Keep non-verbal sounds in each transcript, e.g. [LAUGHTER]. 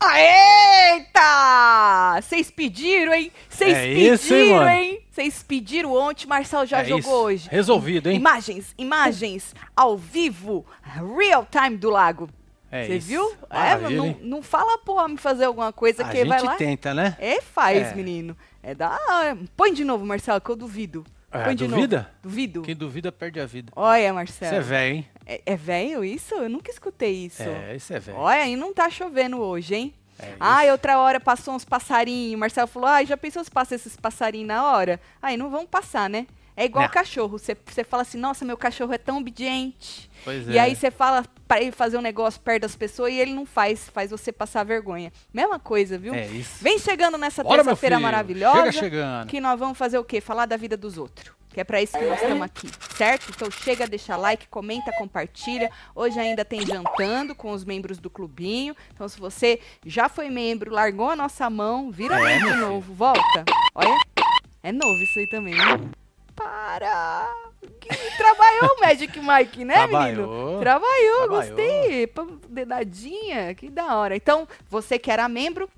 Ah, Eita! Vocês pediram, hein? Vocês É pediram, isso, hein, mano? hein? Vocês pediram ontem, Marcel já É jogou isso. hoje. Resolvido, hein? Imagens, imagens, ao vivo, real time do lago. É Você isso. viu? É, Maravilha, não, hein? não fala porra me fazer alguma coisa A que vai lá. gente tenta, né? É, faz, É. menino. É da hora. Põe de novo, Marcelo, que eu duvido. É, Põe de duvida? novo. Duvido? Quem duvida perde a vida. Olha, Isso é Marcelo. velho, hein? É, é velho isso? Eu nunca escutei isso. É, isso é velho. Olha, e não tá chovendo hoje, hein? É Ai, outra hora passou uns passarinhos. Marcelo falou: ai, já pensou se passa esses passarinhos na hora? Aí não vão passar, né? É igual Não. cachorro. Você você fala assim: nossa, meu cachorro é tão obediente. Pois E é. aí você fala pra ele fazer um negócio perto das pessoas e ele não faz, faz você passar vergonha. Mesma coisa, viu? É isso. Vem chegando nessa Bora, meu terça-feira filho. maravilhosa. Chega chegando. Que nós vamos fazer o quê? Falar da vida dos outros. Que é pra isso que nós estamos aqui, certo? Então chega, deixa like, comenta, compartilha. Hoje ainda tem jantando com os membros do clubinho. Então se você já foi membro, largou a nossa mão, vira um É, membro meu de filho. novo, volta. Olha, é novo isso aí também. Né? Para! Que trabalhou o Magic Mike, né, menino? Trabalhou. Trabalhou, Trabalhou. gostei. Pô, Dedadinha, que da hora. Então, você que era membro,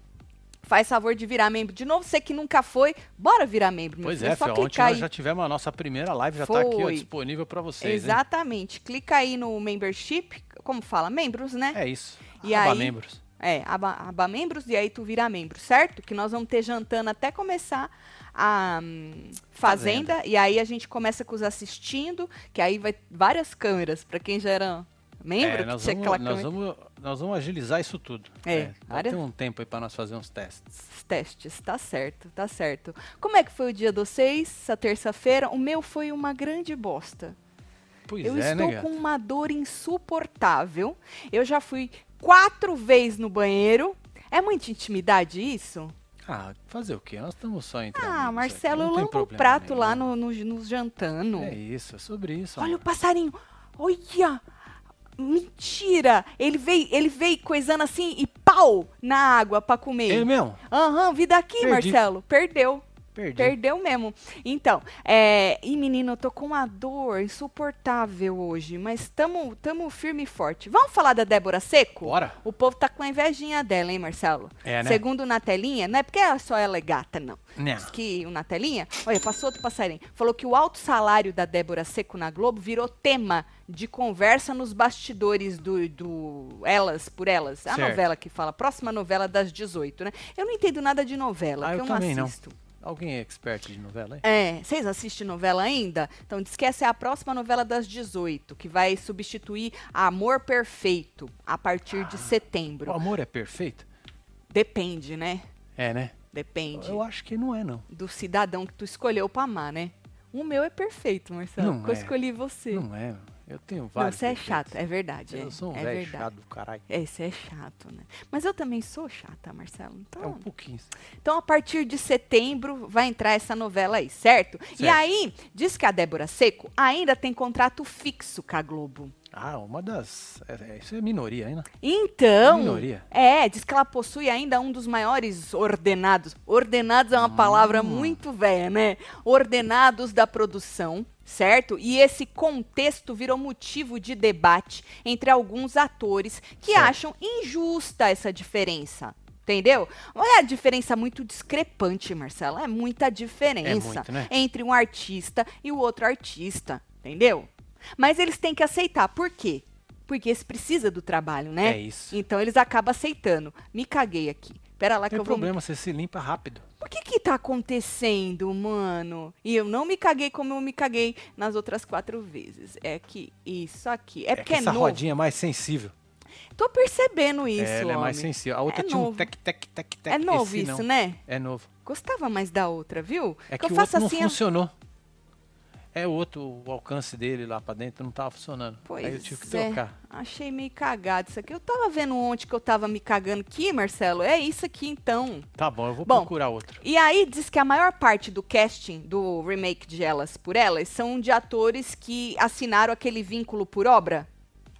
faz favor de virar membro de novo. Você que nunca foi, bora virar membro, meu Pois filho. é, só Fê, ontem clicar nós aí. já tivemos a nossa primeira live, já tá aqui ó, Foi. disponível pra vocês. hein? Exatamente. Clica aí no membership, como fala? Membros, né? É isso. E Aba aí- membros. É, aba, aba membros e aí tu vira membro, certo? Que nós vamos ter jantando até começar a hum, fazenda, e aí a gente começa com os assistindo, que aí vai várias câmeras para quem já era membro, É, que nós, tinha vamos, aquela nós, câmera, vamos, nós vamos agilizar isso tudo. É, vai área- ter um tempo aí pra nós fazer uns testes. Os testes, tá certo, tá certo. Como é que foi o dia de vocês, essa terça-feira? O meu foi uma grande bosta. Pois Eu é, estou né, gato? com uma dor insuportável. Eu já fui quatro vezes no banheiro. É muita intimidade isso? Ah, fazer o quê? Nós estamos só entre amigos Ah, aqui, Marcelo, não eu tem lambo o problema prato nenhum. lá no, no, no jantando. É isso, é sobre isso. Olha o amor. passarinho. Olha! Mentira! Ele veio, ele veio coisando assim e pau na água pra Ele comer. É mesmo? Aham, vi daqui, Perdi. Marcelo. Perdeu. Perdi. Perdeu mesmo. Então, é, e menino, eu tô com uma dor insuportável hoje, mas tamo, tamo firme e forte. Vamos falar da Débora Seco? Bora. O povo tá com a invejinha dela, hein, Marcelo? É, né? Segundo na telinha, não é porque ela- só ela é gata, não. Né. Diz que o na telinha, olha, passou outro passarinho. Falou que o alto salário da Débora Seco na Globo virou tema de conversa nos bastidores do, do Elas por Elas, a Certo. novela que fala, próxima novela das 18, né? Eu não entendo nada de novela, Ah, que eu eu, não também não. assisto. Alguém é expert de novela aí? É, vocês assistem novela ainda? Então diz que essa é a próxima novela das 18, que vai substituir Amor Perfeito a partir Ah. de O setembro. amor é perfeito? Depende, né? É, né? Depende Eu acho que não é, não. do cidadão que tu escolheu pra amar, né? O meu é perfeito, Marcelo. Não porque eu é. escolhi você. Não é. Eu tenho Não, vários. você é defeitos. chato, é verdade. é, Eu sou um é velho verdade. chato do caralho. É, você é chato, né? Mas eu também sou chata, Marcelo. Então, É um pouquinho. Então, a partir de setembro vai entrar essa novela aí, certo? E Certo. aí, diz que a Débora Seco ainda tem contrato fixo com a Globo. Ah, uma das. é- é- isso é minoria ainda. Então. Minoria. É, diz que ela possui ainda um dos maiores ordenados. Ordenados é uma Ah. palavra muito velha, né? Ordenados da produção, certo? E esse contexto virou motivo de debate entre alguns atores que Certo. acham injusta essa diferença. Entendeu? Olha a diferença muito discrepante, Marcela. É muita diferença muito, né? entre um artista e o outro artista, entendeu? Mas eles têm que aceitar. Por quê? Porque eles precisam do trabalho, né? É isso. Então eles acabam aceitando. Me caguei aqui. Pera lá Não tá que tem eu vou. me- problema, você se limpa rápido. Por que que tá acontecendo, mano? E eu não me caguei como eu me caguei nas outras quatro vezes. É que isso aqui. É, que porque é essa novo. rodinha é mais sensível. Tô percebendo isso, é, ela é homem. mais sensível. A outra É tinha novo. um tec, tec, tec, tec. É novo esse isso, não. né? É novo. Gostava mais da outra, viu? Porque É que eu o faço outro assim. não ó, funcionou. É o outro, o alcance dele lá pra dentro não tava funcionando. Pois Aí eu tive que é. trocar. Achei meio cagado isso aqui. Eu tava vendo ontem que eu tava me cagando aqui, Marcelo. É isso aqui então. Tá bom, eu vou Bom, procurar outro. E aí diz que a maior parte do casting do remake de Elas por Elas são de atores que assinaram aquele vínculo por obra,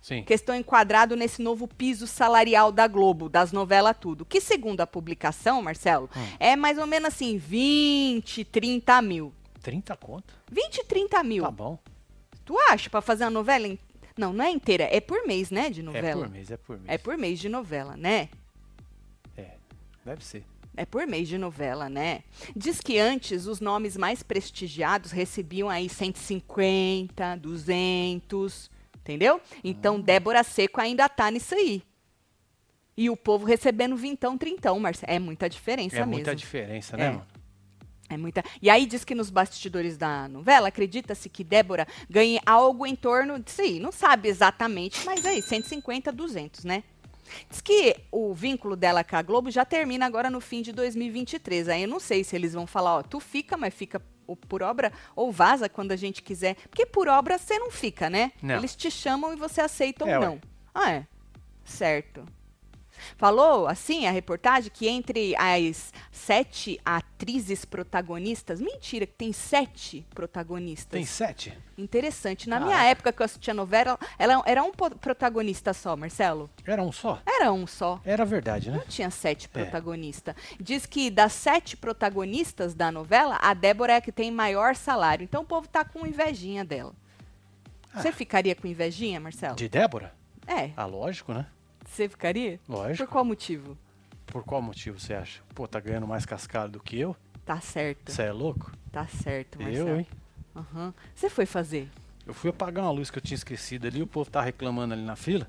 Sim. que estão enquadrados nesse novo piso salarial da Globo, das novelas tudo. Que segundo a publicação, Marcelo, Ah. é mais ou menos assim, 20, 30 mil. 30 conto? 20, 30 mil. Tá bom. Tu acha pra fazer uma novela? in- Não, não é inteira, é por mês, né, de É por novela. mês, é por mês. É por mês de novela, né? É, Deve ser. É por mês de novela, né? Diz que antes os nomes mais prestigiados recebiam aí 150, 200, entendeu? Ah. Então Débora Seco ainda tá nisso aí. E o povo recebendo vintão, trintão, Marcelo. É muita diferença É mesmo. muita diferença, né, É. mano? É muita. E aí diz que nos bastidores da novela, acredita-se que Débora ganhe algo em torno de sim, não sabe exatamente, mas aí 150, 200, né? Diz que o vínculo dela com a Globo já termina agora no fim de 2023. Aí eu não sei se eles vão falar, ó, tu fica, mas fica o- por obra ou vaza quando a gente quiser. Porque por obra você não fica, né? Não. Eles te chamam e você aceita É, ou ué. não. Ah, é. Certo. Falou, assim, a reportagem, que entre as sete atrizes protagonistas. Mentira, que tem sete protagonistas. Tem sete? Interessante. Na Ah. minha época que eu assistia novela, ela era um po- protagonista só, Marcelo. Era um só? Era um só. Era verdade, né? Não tinha sete É. protagonistas. Diz que das sete protagonistas da novela, a Débora é a que tem maior salário. Então o povo tá com invejinha dela. Você ficaria com invejinha, Marcelo? Ah. De Débora? É. Ah, lógico, né? Você ficaria? Lógico. Por qual motivo? Por qual motivo você acha? Pô, tá ganhando mais cascalho do que eu? Tá certo. Você é louco? Tá certo, Marcelo. Eu, hein? Aham. Você foi fazer? Eu fui apagar uma luz que eu tinha esquecido ali, o povo tá reclamando ali na fila.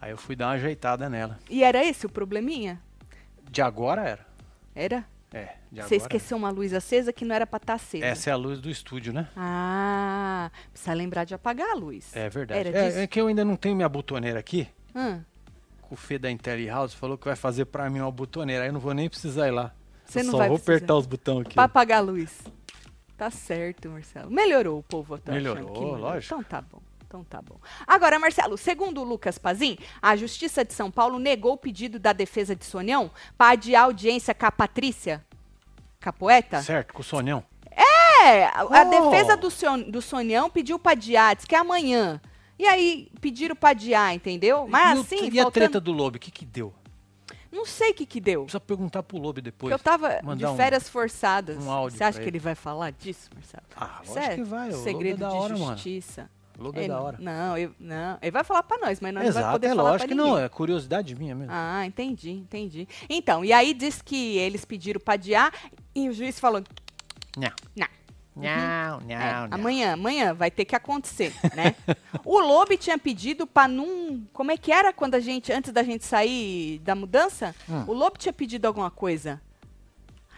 Aí eu fui dar uma ajeitada nela. E era esse o probleminha? De agora era. Era? É, de agora. Você esqueceu uma luz acesa que não era pra estar acesa. Essa é a luz do estúdio, né? Ah, precisa lembrar de apagar a luz. É verdade. Era disso? É, é que eu ainda não tenho minha butoneira aqui. Hã? O Fê da Intelli House falou que vai fazer pra mim uma butoneira. Aí eu não vou nem precisar ir lá. Você eu não só vai vou precisar. apertar os botões aqui. Pra apagar a luz. Tá certo, Marcelo. Melhorou o povo, eu tô achando Melhorou, que melhorou. lógico. Então tá bom. Então tá bom. Agora, Marcelo, segundo o Lucas Pazin, a Justiça de São Paulo negou o pedido da defesa de Sonhão para adiar a audiência com a Patrícia Capoeta. Certo, com o Sonhão. É, a, a Oh. defesa do, Sion- do Sonhão pediu pra adiar, diz que é amanhã. E aí pediram pra adiar, entendeu? Mas e, o- assim, e a faltando- treta do Lobo, o que que deu? não sei o que que deu. Precisa perguntar pro Lobo depois. Porque eu tava Mandar de um- férias forçadas. um áudio Você acha pra que ele. ele vai falar disso, Marcelo? Ah, Isso lógico que vai. O Lobo é Segredo da de hora, mano. justiça. O Lobo é Ele- da hora. Não, eu- não, ele vai falar pra nós, mas nós não vai Exato, poder é falar lógico pra que ninguém. não, é curiosidade minha mesmo. Ah, entendi, entendi. Então, e aí diz que eles pediram pra adiar e o juiz falou, Não. não, Não, não, É, não. amanhã, amanhã vai ter que acontecer, né? [LAUGHS] o Lobe tinha pedido pra não, como é que era quando a gente antes da gente sair da mudança? Hum. O Lobe tinha pedido alguma coisa.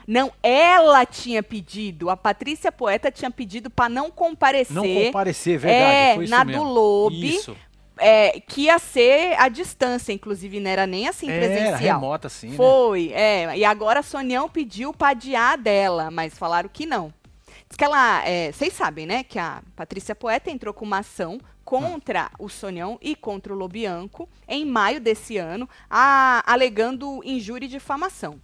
Não, ela tinha pedido, a Patrícia Poeta tinha pedido pra não comparecer. Não comparecer, verdade. É, foi isso na do mesmo. Lobe, Isso. é, que ia ser à distância, inclusive, não era nem assim Era presencial. remota, sim, né? Foi, é. E agora a Sonião pediu pra adiar a dela, mas falaram que não. Diz que ela. é, Vocês sabem, né? Que a Patrícia Poeta entrou com uma ação contra o Sonião e contra o Lobianco em maio desse ano, a- alegando injúria e difamação.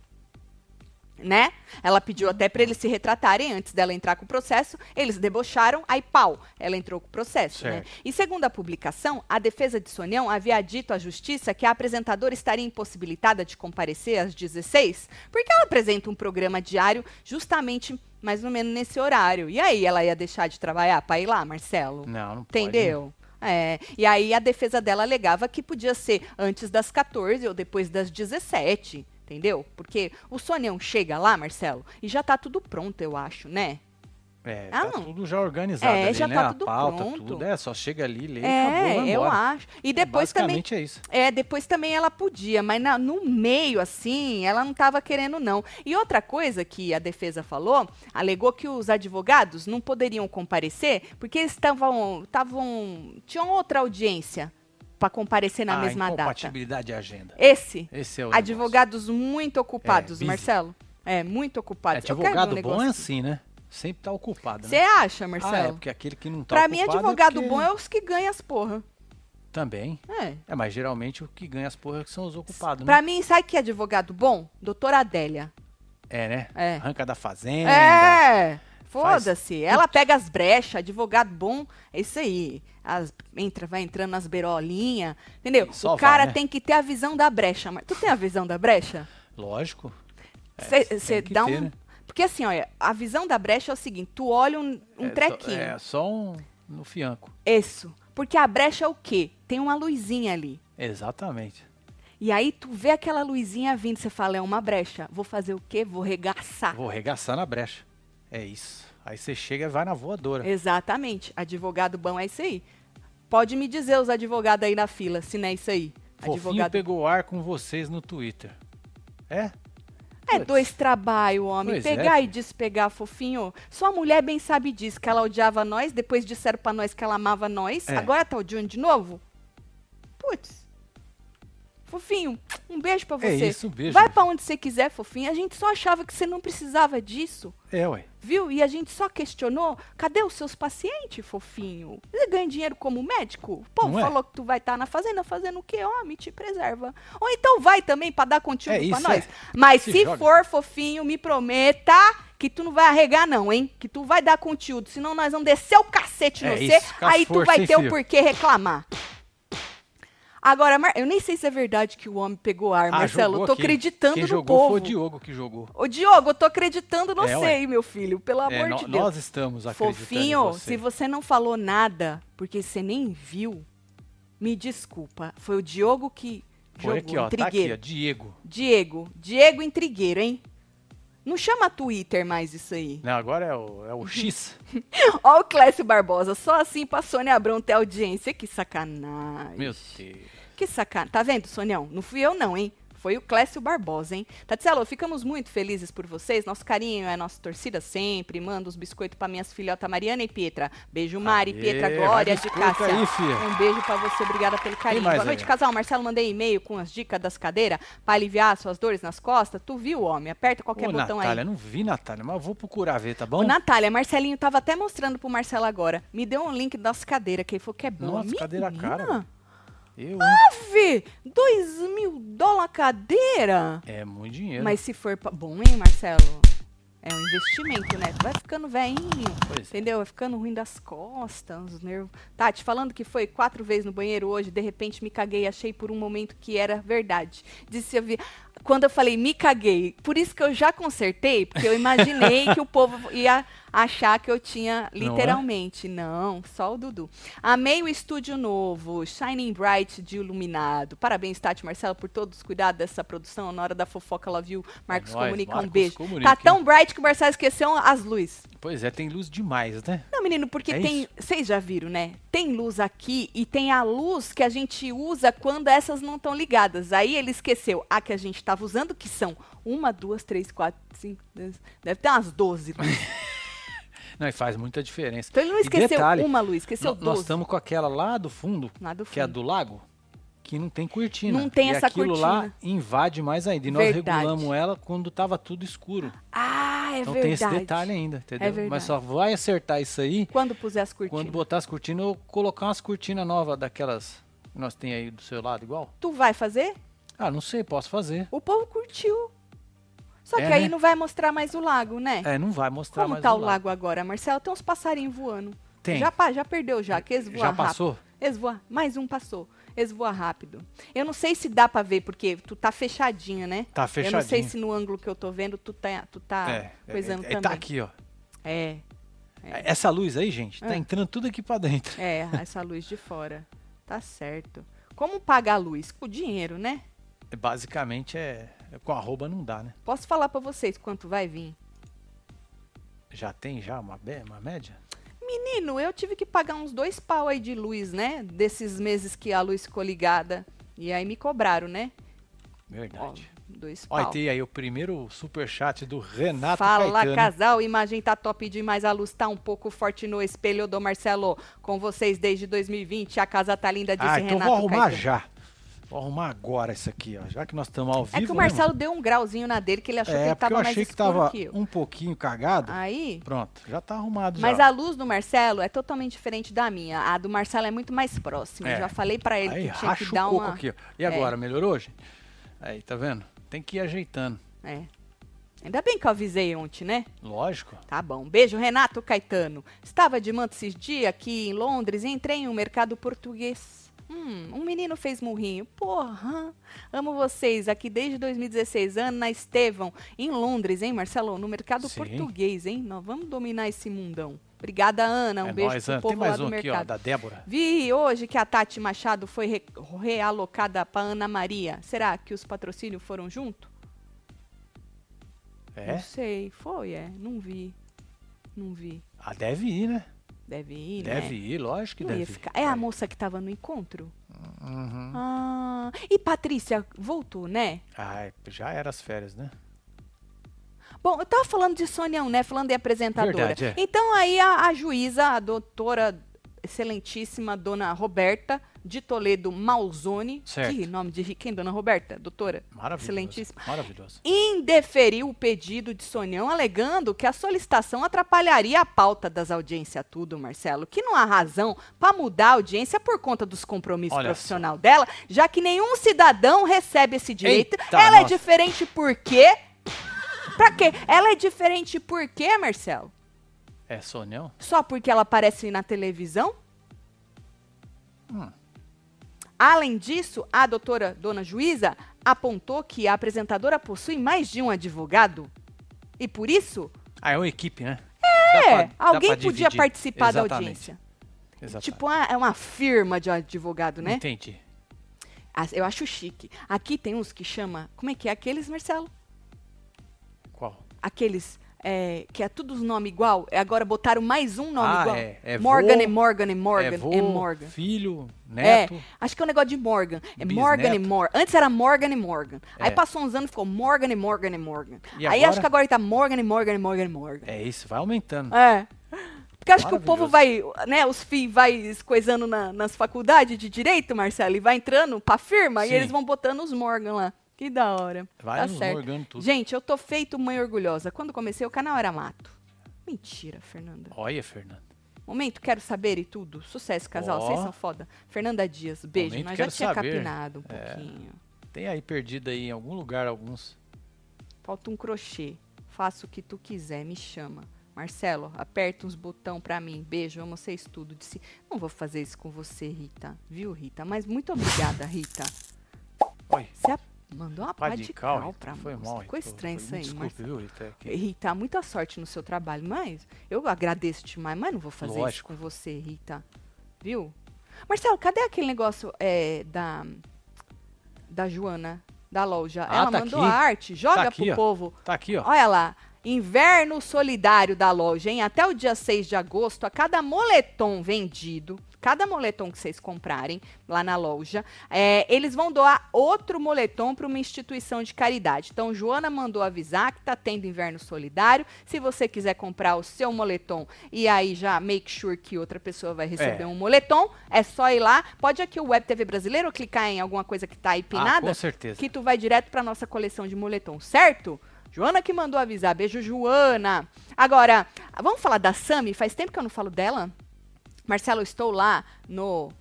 Né? Ela pediu até pra eles se retratarem antes dela entrar com o processo. Eles debocharam, aí pau, ela entrou com o processo. né? Certo. E segundo a publicação, a defesa de Sonhão havia dito à justiça que a apresentadora estaria impossibilitada de comparecer às 16, porque ela apresenta um programa diário justamente mais ou menos nesse horário. E aí ela ia deixar de trabalhar pra ir lá, Marcelo? Não, não pode, né? Entendeu? É, e aí a defesa dela alegava que podia ser antes das 14 ou depois das 17, entendeu? Porque o Sonhão chega lá, Marcelo, e já tá tudo pronto, eu acho, né? É, Ah, tá não. tudo já organizado É, ali, já né? tá a tudo pauta, pronto. tudo. É, só chega ali, lê e acabou, vai é, eu embora. acho. E depois também Basicamente é isso. É, depois também ela podia, mas na- no meio, assim, ela não estava querendo, não. E outra coisa que a defesa falou, alegou que os advogados não poderiam comparecer porque eles estavam. estavam tinham outra audiência para comparecer na Ah, mesma data. incompatibilidade de agenda. Esse. Esse é o advogados muito ocupados, É, busy. Marcelo. É, muito negócio. ocupados. Eu quero ver um Advogado bom é negócio. assim, né? Sempre tá ocupado, Você né? acha, Ah, é, Marcelo? porque aquele que não tá Pra ocupado mim, é advogado porque- bom é os que ganham as porra. Também. É. É, mas geralmente o que ganha as porras são os ocupados, né? Pra mim, sabe que é advogado bom? Doutora Adélia. É, né? É. Arranca da fazenda. É, foda-se. Ela pega as brechas, advogado bom, é isso aí. As- entra, vai entrando nas berolinhas, entendeu? E só o cara vai, né? tem que ter a visão da brecha. Mas tu tem a visão da brecha? Lógico. É, tem Você que dá ter, um. né? Porque assim, olha, a visão da brecha é o seguinte: tu olha um, um É, só- trequinho. É, só um no fianco. Isso. Porque a brecha é o quê? Tem uma luzinha ali. Exatamente. E aí tu vê aquela luzinha vindo, você fala, é uma brecha. Vou fazer o quê? Vou regaçar. Vou regaçar na brecha. É isso. Aí você chega e vai na voadora. Exatamente. Advogado bom é isso aí. Pode me dizer os advogados aí na fila, se não é isso aí. Fofinho Advogado. pegou ar com vocês no Twitter. É? É dois trabalhos, homem. Pois é, Pegar e filho. despegar, fofinho. Sua mulher bem sabe disso, que ela odiava nós, depois disseram pra nós que ela amava nós. É. Agora tá odiando de novo? Putz. Fofinho, um beijo pra É você. isso, um beijo. Vai pra onde você quiser, fofinho. A gente só achava que você não precisava disso, É, ué. viu? E a gente só questionou, cadê os seus pacientes, fofinho? Você ganha dinheiro como médico? O povo Não é? falou que tu vai estar na fazenda fazendo o quê? Homem, te preserva. Ou então vai também pra dar conteúdo É pra isso, nós. é. Mas se, Se joga. for fofinho, me prometa que tu não vai arregar não, hein? Que tu vai dar conteúdo, senão nós vamos descer o cacete no É você, isso, com as aí tu forças, vai hein, ter o filho? porquê reclamar. Agora, Mar- eu nem sei se é verdade que o homem pegou ar, Ah, Marcelo. jogou Eu tô aqui. acreditando Quem no jogou povo. foi o Diogo que jogou. Ô, Diogo, eu tô acreditando no É, você, ué. hein, meu filho, pelo É, amor nó- de Deus. Nós estamos acreditando Fofinho, em se você. você não falou nada, porque você nem viu, me desculpa. Foi o Diogo que Foi jogou, aqui, ó. Tá aqui, intrigueiro. ó. Diego. Diego, Diego intrigueiro, hein? Não chama Twitter mais isso aí. [LAUGHS] Não, agora é o, é o X. Ó o Clécio Barbosa, só assim pra Sônia Abrão ter audiência. Que sacanagem. Meu Deus. Que sacanagem. Tá vendo, Sonião? Não fui eu não, hein? Foi o Clécio Barbosa, hein? Tatielo, ficamos muito felizes por vocês. Nosso carinho é nossa torcida sempre. Manda os biscoitos pra minhas filhotas Mariana e Pietra. Beijo, Mari, Aê, Pietra, vai Glória de biscoito Cássia. aí, fia. um beijo pra você, obrigada pelo carinho. mais Boa noite, aí? casal. Marcelo, mandei e-mail com as dicas das cadeiras pra aliviar suas dores nas costas. Tu viu, homem? Aperta qualquer Ô, botão Natália, aí. não vi, Natália, mas eu vou procurar ver, tá Ô, bom? Natália, Marcelinho tava até mostrando pro Marcelo agora. Me deu um link das cadeiras, que ele falou que é boa. Nossa, cadeira Menina, cara. Eu, hein? Vê, dois mil dólares cadeira? É muito dinheiro. Mas se for pra... bom, hein, Marcelo? É um investimento, né? Tu vai ficando velhinho, Pois é. entendeu? Vai ficando ruim das costas, os nervos. Tati, falando que foi quatro vezes no banheiro hoje, de repente me caguei, achei por um momento que era verdade. Disse eu vi... Quando eu falei me caguei, por isso que eu já consertei, porque eu imaginei [LAUGHS] que o povo ia achar que eu tinha Não é? literalmente. Não, só o Dudu. Amei o estúdio novo, Shining Bright de Iluminado. Parabéns, Tati e Marcelo, por todos os cuidados dessa produção. Na hora da fofoca, ela viu Marcos É nóis, comunica um Marcos beijo. comunica, tá tão bright que o Marcelo esqueceu as luzes. Pois é, tem luz demais, né? Não, menino, porque É tem. isso. Vocês já viram, né? Tem luz aqui e tem a luz que a gente usa quando essas não estão ligadas. Aí ele esqueceu a que a gente estava usando, que são uma, duas, três, quatro, cinco, dez, deve ter umas 12 [LAUGHS] luzes. Não, e faz muita diferença. Então ele não E esqueceu detalhe, uma luz, esqueceu nó- Nós 12. estamos com aquela lá do fundo, Lá do que é a fundo. do lago, que não tem cortina. Não tem e essa aquilo lá cortina. invade mais ainda. E nós Verdade. regulamos ela quando estava tudo escuro. Ah, é então verdade. É tem esse detalhe ainda, entendeu? verdade. Mas só vai acertar isso aí Quando puser as cortinas. quando botar as cortinas ou colocar umas cortinas novas daquelas que nós tem aí do seu lado igual. Tu vai fazer? Ah, não sei, posso fazer. O povo curtiu. Só É, que aí né? não vai mostrar mais o lago, né? É, não vai mostrar Como mais tá o o lago agora, Marcelo? Tem uns passarinhos voando. Tem. Já, pa- já perdeu já, que eles voam Já passou? rápido. Eles voam- mais um passou. Eles voam rápido. Eu não sei se dá pra ver, porque tu tá fechadinho, né? Tá Eu não sei fechadinho. se no ângulo que eu tô vendo tu tá, tu tá É, coisando é, é, também. tá aqui, ó. É, Essa luz aí, gente, tá Ah. entrando tudo aqui pra dentro. é, essa luz de fora. Tá certo. Como pagar a luz? Com dinheiro, né? Basicamente é. é Com arroba não dá, né? Posso falar pra vocês quanto vai vir? Já tem já uma, be- uma média? Menino, eu tive que pagar uns dois pau aí de luz, né? Desses meses que a luz ficou ligada. E aí me cobraram, né? Ó, Verdade. dois Ó, pau. e tem aí o primeiro superchat do Renato Fala, Caetano. casal. Imagem tá top demais. A luz tá um pouco forte no espelho do Marcelo. Com vocês desde 2020. A casa tá linda, disse Ah, então Renato vou arrumar Caetano. já. Vou arrumar agora isso aqui, ó. Já que nós estamos ao É vivo. que o né, Marcelo deu um grauzinho na dele que ele achou mano? que É, ele porque tava eu mais achei que escuro tava que eu. um pouquinho cagado. Aí. Pronto, já tá arrumado Mas já. a luz do Marcelo é totalmente diferente da minha. A do Marcelo é muito mais próxima. É. Eu já falei pra ele Aí, que tinha racha que o dar coco uma. É. aqui, ó. E agora, melhorou, gente? Aí, tá vendo? Tem que ir ajeitando. É. Ainda bem que eu avisei ontem, né? Lógico. Tá bom. Beijo, Renato Caetano. Estava de manto esses dias aqui em Londres e entrei em um mercado português. Hum, um menino fez murrinho. Porra, amo vocês aqui desde 2016. Ana Estevão, em Londres, hein, Marcelo? No mercado Sim. português, hein? Nós vamos dominar esse mundão. Obrigada, Ana. Um é beijo nóis, pro Ana. povo Tem mais lá um do aqui, ó, mercado. da Débora. Vi hoje que a Tati Machado foi re- realocada para Ana Maria. Será que os patrocínios foram junto? Não É? sei. Foi, é. Não vi. Não vi. Ah, deve ir, né? Deve ir, né? Deve ir, lógico que Não deve ia ir. Hum. Uhum. ficar. É a moça que tava no encontro? Ah, e Patrícia voltou, né? Ai, Ah, já era as férias, né? Bom, eu tava falando de Sônia né? Falando de apresentadora. Verdade, é. Então aí a, a juíza, a doutora excelentíssima dona Roberta de Toledo Malzone, Certo. que nome de quem, dona Roberta? Doutora? Maravilhoso. Excelentíssima. Maravilhoso. Indeferiu o pedido de Sonhão, alegando que a solicitação atrapalharia a pauta das audiências, tudo, Marcelo. Que não há razão para mudar a audiência por conta dos compromissos Olha profissional dela, já que nenhum cidadão recebe esse direito. Eita, Ela é nossa. diferente por quê? Pra quê? Ela é diferente por quê, Marcelo? É sonhão? Só porque ela aparece na televisão? Hum. Além disso, a doutora Dona Juíza apontou que a apresentadora possui mais de um advogado. E por isso, Ah, é uma equipe, né? é, É, alguém podia participar da audiência. Exatamente. Tipo, ah, é uma firma de advogado, né? Entendi. Ah, Eu acho chique. Aqui tem uns que chama. Como é que é aqueles, Marcelo? Qual? Aqueles. é, que é tudo os nome igual. é Agora botaram mais um nome Ah, igual. é. É Morgan vô, e Morgan e Morgan é, vô, e Morgan. filho, neto. É, acho que é um negócio de Morgan. É Bisneto. Morgan e Morgan. Antes era Morgan e Morgan. Aí É. passou uns anos e ficou Morgan e Morgan e Morgan. E Aí agora? acho que agora tá Morgan e Morgan e Morgan e Morgan. É, isso, vai aumentando. É. Porque acho que o povo Maravilhoso. vai, né, os FII vai coisando na- nas faculdades de direito, Marcelo, e vai entrando pra firma e Sim. eles vão botando os Morgan lá. Que da hora. Vai tá nos certo. Morgan tudo. Gente, eu tô feito mãe orgulhosa. Quando comecei, o canal era mato. Mentira, Fernanda. Olha, Fernando. Momento, quero saber e tudo. Sucesso, casal. Ó. Vocês são foda. Fernanda Dias, beijo. Momento, Nós já quero tinha saber. É. capinado um pouquinho. Tem aí perdido aí em algum lugar alguns. Falta um crochê. Faça o que tu quiser, me chama. Marcelo, aperta uns botão pra mim. Beijo, amo vocês tudo. Disse, não vou fazer isso com você, Rita. Viu, Rita? Mas muito obrigada, Rita. Oi. Você a- mandou uma pá Pá de cal Rita, pra Foi moça. mal, Ficou Rita, estranho foi- isso aí, Desculpa, Marcelo. viu, Rita? É que- Rita, muita sorte no seu trabalho, mas eu agradeço demais, mas não vou fazer isso Lógico. com você, Rita. Viu? Marcelo, cadê aquele negócio é, da, da Joana, da loja? Ah, Ela tá mandou aqui. a arte, joga aqui, pro ó. povo. Tá aqui, ó. Olha lá. Inverno solidário da loja, hein? Até o dia 6 de agosto, a cada moletom vendido, cada moletom que vocês comprarem lá na loja, é, eles vão doar outro moletom para uma instituição de caridade. Então, Joana mandou avisar que tá tendo inverno solidário. Se você quiser comprar o seu moletom e aí já make sure que outra pessoa vai receber É. um moletom, é só ir lá. Pode aqui o Web TV Brasileiro clicar em alguma coisa que tá aí Ah, pinada com certeza. que tu vai direto pra nossa coleção de moletom, certo? Joana que mandou avisar. Beijo, Joana. Agora, vamos falar da Sami? Faz tempo que eu não falo dela. Marcelo, eu estou lá no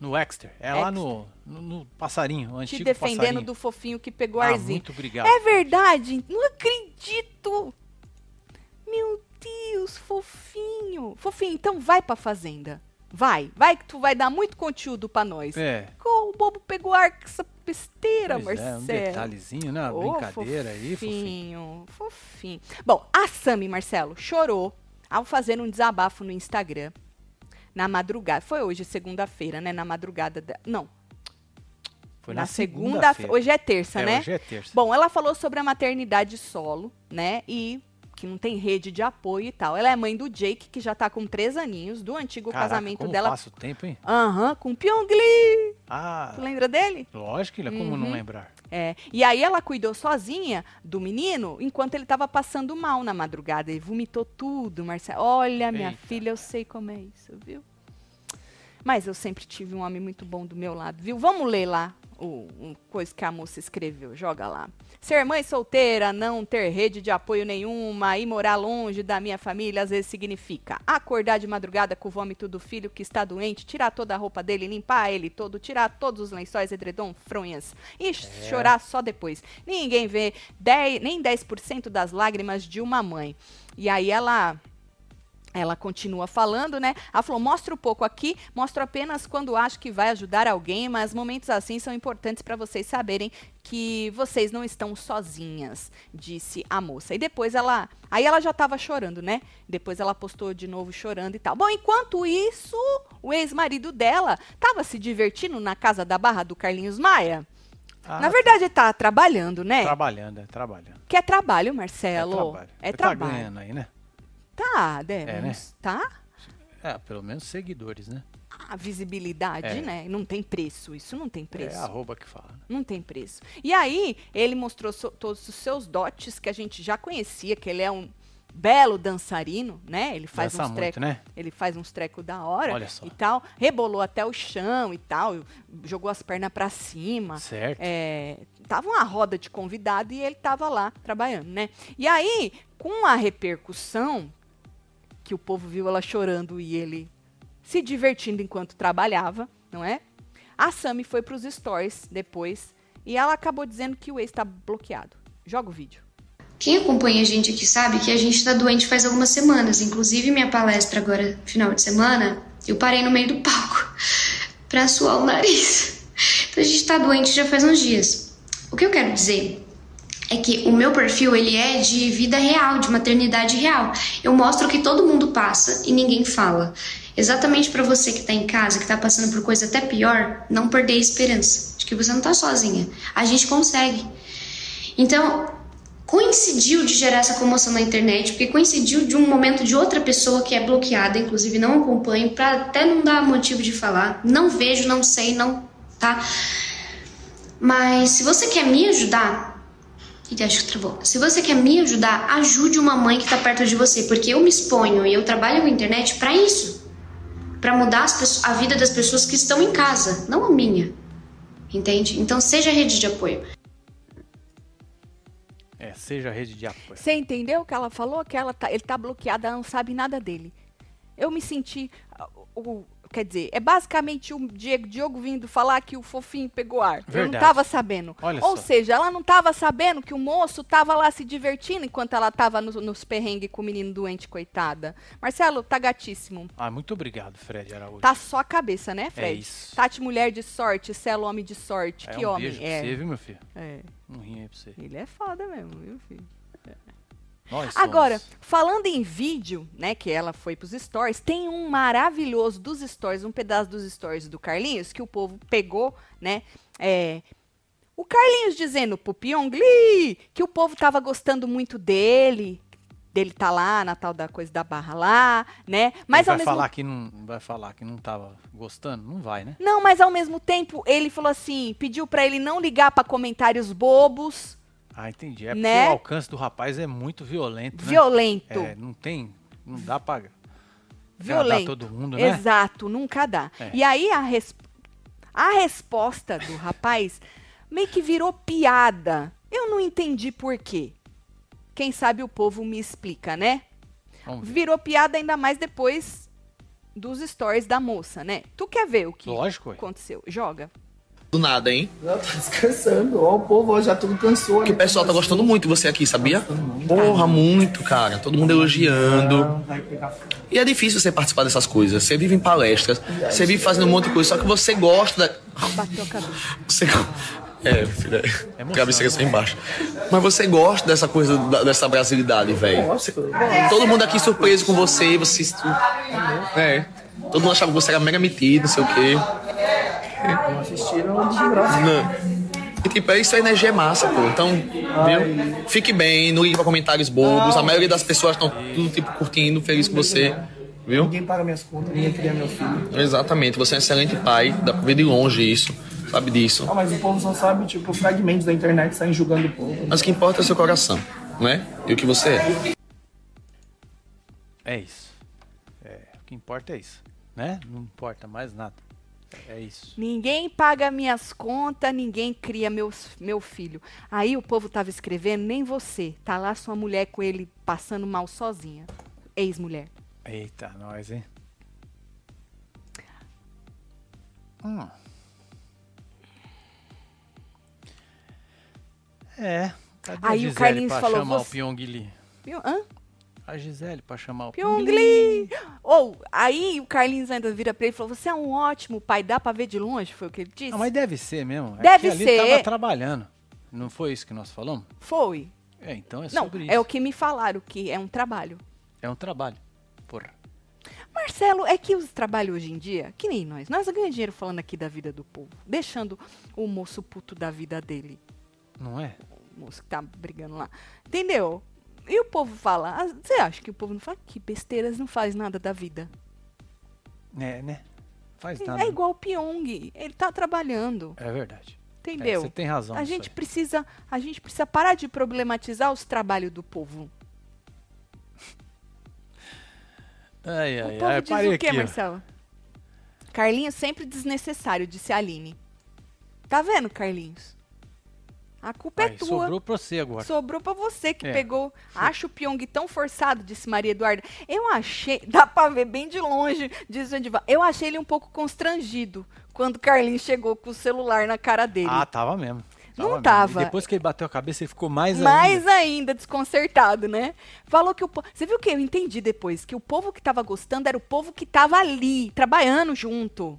No Exter. É lá no, no, no passarinho, o Te antigo Defendendo passarinho. do Fofinho que pegou ah, arzinho. muito obrigado. É verdade? Não acredito! Meu Deus, fofinho. Fofinho, então vai pra fazenda. Vai, vai que tu vai dar muito conteúdo pra nós. É. Como o bobo pegou ar com essa besteira, Pois é, Marcelo. um detalhezinho, né? Uma Ô, brincadeira aí, fofinho. fofinho. Fofinho. Bom, a Sami, Marcelo, chorou ao fazer um desabafo no Instagram na madrugada. Foi hoje, segunda-feira, né? Na madrugada. da- Não, Foi na, na, segunda. segunda-feira. Hoje é terça, é, né? Hoje é terça. Bom, ela falou sobre a maternidade solo, né? E que não tem rede de apoio e tal. Ela é mãe do Jake, que já tá com três aninhos, do antigo Caraca, casamento como dela. passa o tempo, hein? Aham, com o Pyongli. Ah, Tu lembra dele? lógico, Ilha, como não lembrar? É, e aí ela cuidou sozinha do menino enquanto ele estava passando mal na madrugada. Ele vomitou tudo, Marcelo. Olha, minha Eita. filha, eu sei como é isso, viu? Mas eu sempre tive um homem muito bom do meu lado, viu? Vamos ler lá o, o coisa que a moça escreveu. Joga lá. Ser mãe solteira, não ter rede de apoio nenhuma e morar longe da minha família às vezes significa acordar de madrugada com o vômito do filho que está doente, tirar toda a roupa dele, limpar ele todo, tirar todos os lençóis, edredom, fronhas e chorar só depois. Ninguém vê 10, nem 10% das lágrimas de uma mãe. E aí ela Ela continua falando, né? Ela falou: mostra um pouco aqui, mostro apenas quando acho que vai ajudar alguém, mas momentos assim são importantes para vocês saberem que vocês não estão sozinhas, disse a moça. E depois ela. Aí ela já estava chorando, né? Depois ela postou de novo chorando e tal. Bom, enquanto isso, o ex-marido dela estava se divertindo na casa da barra do Carlinhos Maia. Ah, na verdade, ele tá trabalhando, né? Trabalhando, é, trabalhando. Que é trabalho, Marcelo. É Ele Tá trabalho. ganhando É, né? aí, né? Tá, Demos. Tá? É, pelo menos seguidores, né? A visibilidade, É. né? Não tem preço. Isso não tem É preço. arroba que fala. né? Não tem preço. E aí, ele mostrou so- todos os seus dotes que a gente já conhecia, que ele é um belo dançarino, né? Ele faz Dança uns trecos. muito, né? Ele faz uns trecos da hora Olha só. e tal. Rebolou até o chão e tal. Jogou as pernas pra cima. Certo. É, tava uma roda de convidado e ele tava lá trabalhando, né? E aí, com a repercussão, que o povo viu ela chorando e ele se divertindo enquanto trabalhava, não é? A Sami foi pros stories depois e ela acabou dizendo que o ex tá bloqueado. Joga o vídeo. Quem acompanha a gente aqui sabe que a gente está doente faz algumas semanas. Inclusive, minha palestra agora, final de semana, eu parei no meio do palco [LAUGHS] para suar o nariz. Então, a gente está doente já faz uns dias. O que eu quero dizer é que o meu perfil ele é de vida real, de maternidade real. Eu mostro o que todo mundo passa e ninguém fala. Exatamente para você que tá em casa, que tá passando por coisa até pior, não perder a esperança de que você não tá sozinha. A gente consegue. Então, coincidiu de gerar essa comoção na internet, porque coincidiu de um momento de outra pessoa que é bloqueada, inclusive não acompanho, para até não dar motivo de falar. Não vejo, não sei, não, tá? Mas se você quer me ajudar, e acho que travou. Se você quer me ajudar, ajude uma mãe que tá perto de você, porque eu me exponho e eu trabalho com a internet para isso. Para mudar as pessoas- a vida das pessoas que estão em casa, não a minha. Entende? Então seja rede de apoio. É, seja rede de apoio. Você entendeu o que ela falou? Que ela tá, ele tá bloqueado, ela não sabe nada dele. Eu me senti. ah, o- o- quer dizer, é basicamente o Diego, Diogo vindo falar que o fofinho pegou ar. Eu não Verdade. tava sabendo. Olha Ou só. seja, ela não tava sabendo que o moço tava lá se divertindo enquanto ela tava nos, nos perrengues com o menino doente, coitada. Marcelo, tá gatíssimo. Ah, muito obrigado, Fred Araújo. Tá só a cabeça, né, Fred? É isso. Tati, mulher de sorte, Celo, homem de sorte. É, que um homem. beijo é. pra você, viu, meu filho? é, Um rim aí pra você. ele é foda mesmo, viu, filho? Nós somos. Agora, falando em vídeo, né, que ela foi pros stories, tem um maravilhoso dos stories, um pedaço dos stories do Carlinhos, que o povo pegou, né, é, o Carlinhos dizendo pro Pyongli que o povo tava gostando muito dele, dele tá lá, na tal da coisa da barra lá, né, mas Ele ao vai mesmo falar que não vai falar que não tava gostando, não vai, né? Não, mas ao mesmo tempo ele falou assim, pediu pra ele não ligar pra comentários bobos, Ah, entendi. É porque Né? o alcance do rapaz é muito violento, né? violento. É, não tem, não dá pra agradar Violento. todo mundo, né? Exato, nunca dá. É. E aí a, res- a resposta do rapaz meio que virou piada. Eu não entendi por quê. Quem sabe o povo me explica, né? Vamos ver. Virou piada ainda mais depois dos stories da moça, né? Tu quer ver o que Lógico, ué. aconteceu? Joga. Do nada, hein? Não, tá descansando. Ó, o povo ó, já tudo cansou. Que o pessoal tá gostando muito de você aqui, sabia? Porra, muito, cara. Todo mundo elogiando. E é difícil você participar dessas coisas. Você vive em palestras, você vive fazendo um monte de coisa, só que você gosta da. [LAUGHS] Bateu a cabeça. Você... É, filha. emoção, Cabeça aqui embaixo. Mas você gosta dessa coisa, da- dessa brasilidade, velho. Todo mundo aqui surpreso com você, você. É. Todo mundo achava que você era mega metido, não sei o quê. Assistiram o desgraça. Não. E tipo, é isso a energia é massa, pô. Então, viu? Fique bem, não ligue pra comentários bobos. A maioria das pessoas estão tudo tipo curtindo, feliz com você. Viu? Ninguém paga minhas contas, ninguém cria meu filho. Exatamente, você é um excelente pai, dá pra ver de longe isso, sabe disso. Ah, mas o povo só sabe, tipo, fragmentos da internet saem julgando o povo. Mas o que importa é o seu coração, né? E o que você é. É isso. É, o que importa é isso, né? Não importa mais nada. É isso. Ninguém paga minhas contas, ninguém cria meus, meu filho. Aí o povo tava escrevendo, nem você. Tá lá sua mulher com ele passando mal sozinha. Ex-mulher. Eita, nós, hein? Hum. É. Cadê a Aí o Gisele Carlinhos pra falou, É, chamar "Você- o Pyong Lee? Viu? Hã? A Gisele, pra chamar o... Pyongli! Ou, aí o Carlinhos ainda vira pra ele e falou, você é um ótimo pai, dá pra ver de longe, foi o que ele disse? Ah, mas deve ser mesmo. É Deve que ali ser. tava trabalhando. Não foi isso que nós falamos? Foi. É, então é Não, sobre isso. é o que me falaram, que é um trabalho. É um trabalho. Porra. Marcelo, é que os trabalhos hoje em dia, que nem nós, nós ganhamos dinheiro falando aqui da vida do povo, deixando o moço puto da vida dele, Não é? o moço que tá brigando lá, entendeu? E o povo fala, "Ah, você acha que o povo não fala que besteiras não faz nada da vida? É, né? Faz nada. É igual o Pyong, ele tá trabalhando, É verdade. É, entendeu? Você tem razão. a nisso gente aí. precisa, a gente precisa parar de problematizar os trabalhos do povo. Ai, O ai, povo ai. diz É, parei o quê, aqui, ó. Marcelo? Carlinhos sempre desnecessário, disse a Aline. Tá vendo, Carlinhos? A culpa é Aí, tua. Sobrou pra você agora. Sobrou pra você que É, pegou. Acho o Pyong tão forçado, disse Maria Eduarda. Eu achei. [LAUGHS] Dá pra ver bem de longe, disse o Edivan. Eu achei ele um pouco constrangido quando Carlinhos chegou com o celular na cara dele. Ah, tava mesmo. Não mesmo. E tava. depois que ele bateu a cabeça, ele ficou mais Mais ainda. ainda. desconcertado, né? Falou que o povo. Você viu que eu entendi depois? Que o povo que tava gostando era o povo que tava ali, trabalhando junto.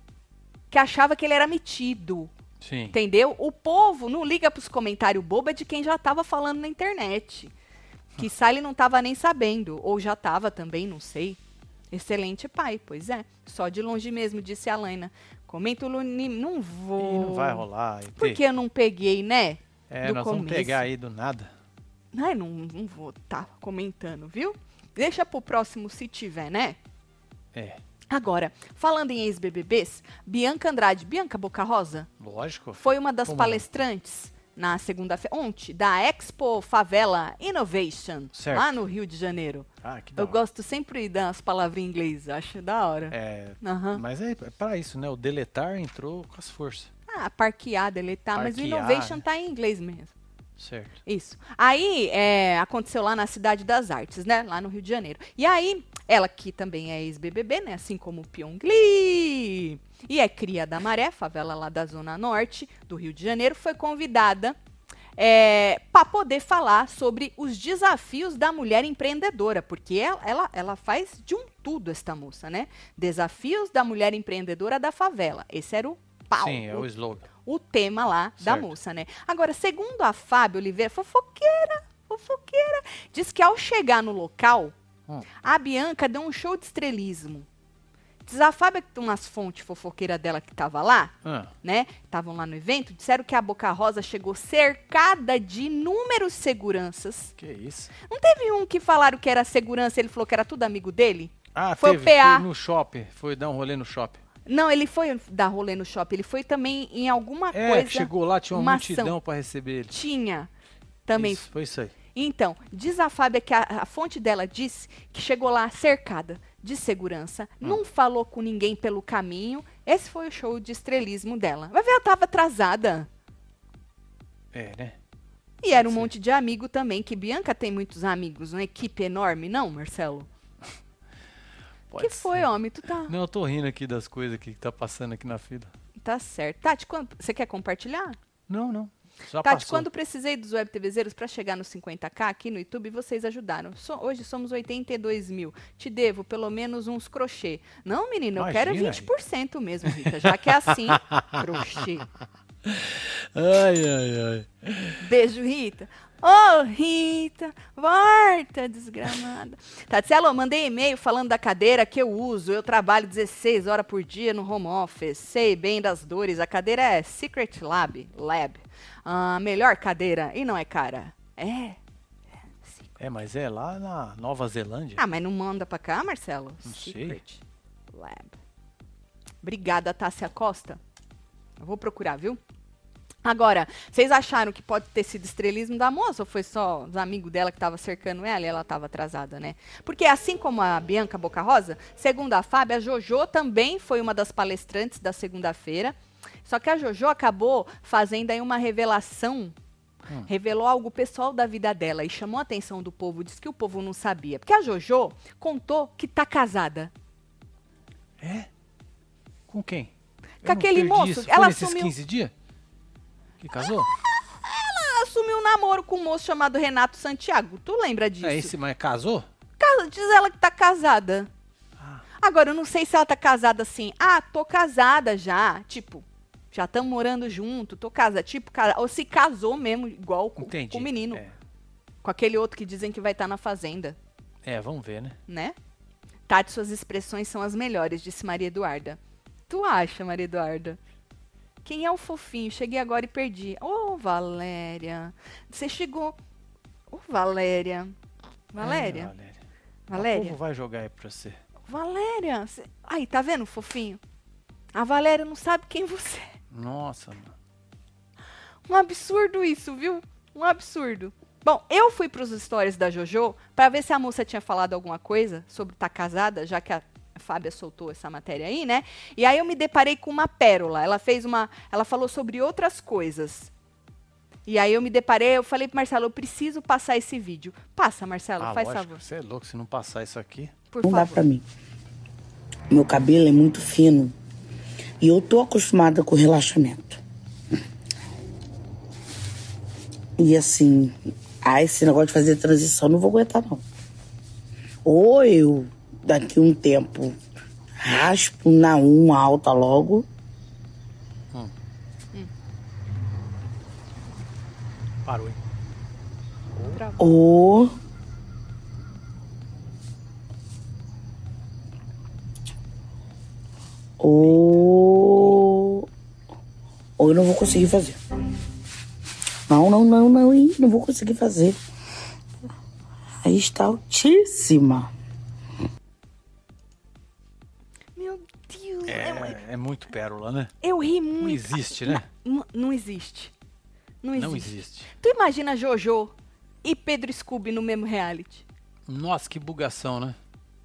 Que achava que ele era metido. Sim. Entendeu? O povo não liga pros comentários boba de quem já tava falando na internet. Que Sally não tava nem sabendo. Ou já tava também, não sei. Excelente pai, pois é. Só de longe mesmo, disse a Laina. Comenta o Luni. Não vou. E não vai rolar. ET. Por que eu não peguei, né? É, do nós vamos começo? pegar aí do nada. Ai, não, não vou estar comentando, viu? Deixa pro próximo se tiver, né? É, Agora, falando em ex-BBBs, Bianca Andrade, Bianca Boca Rosa, lógico. foi uma das Como não? palestrantes na segunda-feira, ontem, da Expo Favela Innovation, Certo. lá no Rio de Janeiro. Ah, que da Eu hora. gosto sempre das palavras em inglês, acho da hora. É, Aham. mas é pra isso, né? O deletar entrou com as forças. Ah, parquear, deletar, mas o Parquear. Innovation tá em inglês mesmo. Certo. Isso. Aí é, aconteceu lá na Cidade das Artes, né? Lá no Rio de Janeiro. E aí, ela que também é ex-BBB, né? Assim como o Pyongli. E é cria da Maré, favela lá da Zona Norte do Rio de Janeiro, foi convidada é, para poder falar sobre os desafios da mulher empreendedora, porque ela, ela, ela faz de um tudo esta moça, né? Desafios da mulher empreendedora da favela. Esse era o pau, Sim, é o o slogan. o tema lá da Certo. moça, né? Agora, segundo a Fábio Oliveira, fofoqueira, fofoqueira, diz que ao chegar no local, Hum. a Bianca deu um show de estrelismo. Diz a Fábio que tem umas fontes fofoqueiras dela que tava lá, Ah, né? Estavam lá no evento, disseram que a Boca Rosa chegou cercada de inúmeros seguranças. que isso. Não teve um que falaram que era segurança, ele falou que era tudo amigo dele? Ah, Foi o teve, PA. Foi no shopping. Foi dar um rolê no shopping. Não, ele foi dar rolê no shopping, ele foi também em alguma É, coisa. chegou lá, tinha uma, uma ação. multidão pra receber ele. Tinha. Também Isso, foi isso aí. Então, diz a Fábia que a, a fonte dela disse que chegou lá cercada de segurança, Hum. não falou com ninguém pelo caminho. Esse foi o show de estrelismo dela. Vai ver, ela tava atrasada. É, né? E era um Sim. monte de amigo também, que Bianca tem muitos amigos, uma equipe enorme, não, Marcelo? Pode que foi, ser. homem? Tu tá, Não, eu tô rindo aqui das coisas que tá passando aqui na fila. tá certo. Tati, quando- você quer compartilhar? Não, não. Só Tati, passou. Tá quando precisei dos web TVzeiros para chegar nos 50k aqui no YouTube, vocês ajudaram. So- hoje somos 82 mil. Te devo pelo menos uns crochê. Não, menina, eu quero é Imagina aí. 20% mesmo, Rita, já que é [LAUGHS] assim. crochê. Ai, ai, ai. Beijo, Rita. Ô, Rita, volta, desgramada. Tatielo, mandei e-mail falando da cadeira que eu uso. Eu trabalho 16 horas por dia no home office. Sei bem das dores. A cadeira é Secret Lab. Lab. A melhor cadeira. E não é cara. É. É, mas é lá na Nova Zelândia. Ah, mas não manda pra cá, Marcelo? Não sei. Lab. Obrigada, Tássia Costa. Eu vou procurar, viu? Agora, vocês acharam que pode ter sido estrelismo da moça ou foi só os amigos dela que estavam cercando ela e ela estava atrasada, né? Porque assim como a Bianca Boca Rosa, segundo a Fábio, a Jojo também foi uma das palestrantes da segunda-feira. Só que a Jojo acabou fazendo aí uma revelação. Hum. Revelou algo pessoal da vida dela e chamou a atenção do povo, disse que o povo não sabia. Porque a Jojo contou que tá casada. É? Com quem? Com aquele moço. Isso. Ela Foi nesses sumiu. Ah, 15 dias? Que casou? assumiu um namoro com um moço chamado Renato Santiago. Tu lembra disso? É esse, mas casou? ca- diz ela que tá casada. Ah. Agora, eu não sei se ela tá casada assim. Ah, tô casada já. Tipo, já estamos morando junto, tô casada. Tipo, cara, ou se casou mesmo, igual com, Entendi. com o menino. É. Com aquele outro que dizem que vai estar na fazenda, É, vamos ver, né? né? Tati, suas expressões são as melhores, disse Maria Eduarda. Tu acha, Maria Eduarda? Quem é o fofinho? Cheguei agora e perdi. Ô, Valéria. Você chegou. Ô, Valéria. É, Valéria. Valéria. O Valéria. povo vai jogar aí pra você. Valéria! cê- Aí, tá vendo, fofinho? A Valéria não sabe quem você é. Nossa, mano. Um absurdo isso, viu? Um absurdo. Bom, eu fui pros stories da JoJo pra ver se a moça tinha falado alguma coisa sobre tá casada, já que a Fábia soltou essa matéria aí, né? E aí eu me deparei com uma pérola. Ela fez uma, ela falou sobre outras coisas. E aí eu me deparei, eu falei pro Marcelo, eu preciso passar esse vídeo. Passa, Marcelo, ah, faz lógico, favor. Você é louco se não passar isso aqui. Por não dá favor. pra mim. Meu cabelo é muito fino e eu tô acostumada com relaxamento. E assim, ah, esse negócio de fazer transição não vou aguentar não. Ou eu daqui um tempo raspo na uma alta logo. Hum. Hum. Parou, hein? Ou Ou. Ou eu não vou conseguir fazer. Não, não, não, não, hein? Não vou conseguir fazer. Aí está altíssima. Meu Deus, eu, É, é muito pérola, né? eu ri Não muito. existe, né? N- Não existe. Não existe. Não existe. Tu imagina Jojo e Pedro Scooby no mesmo reality? Nossa, que bugação, né?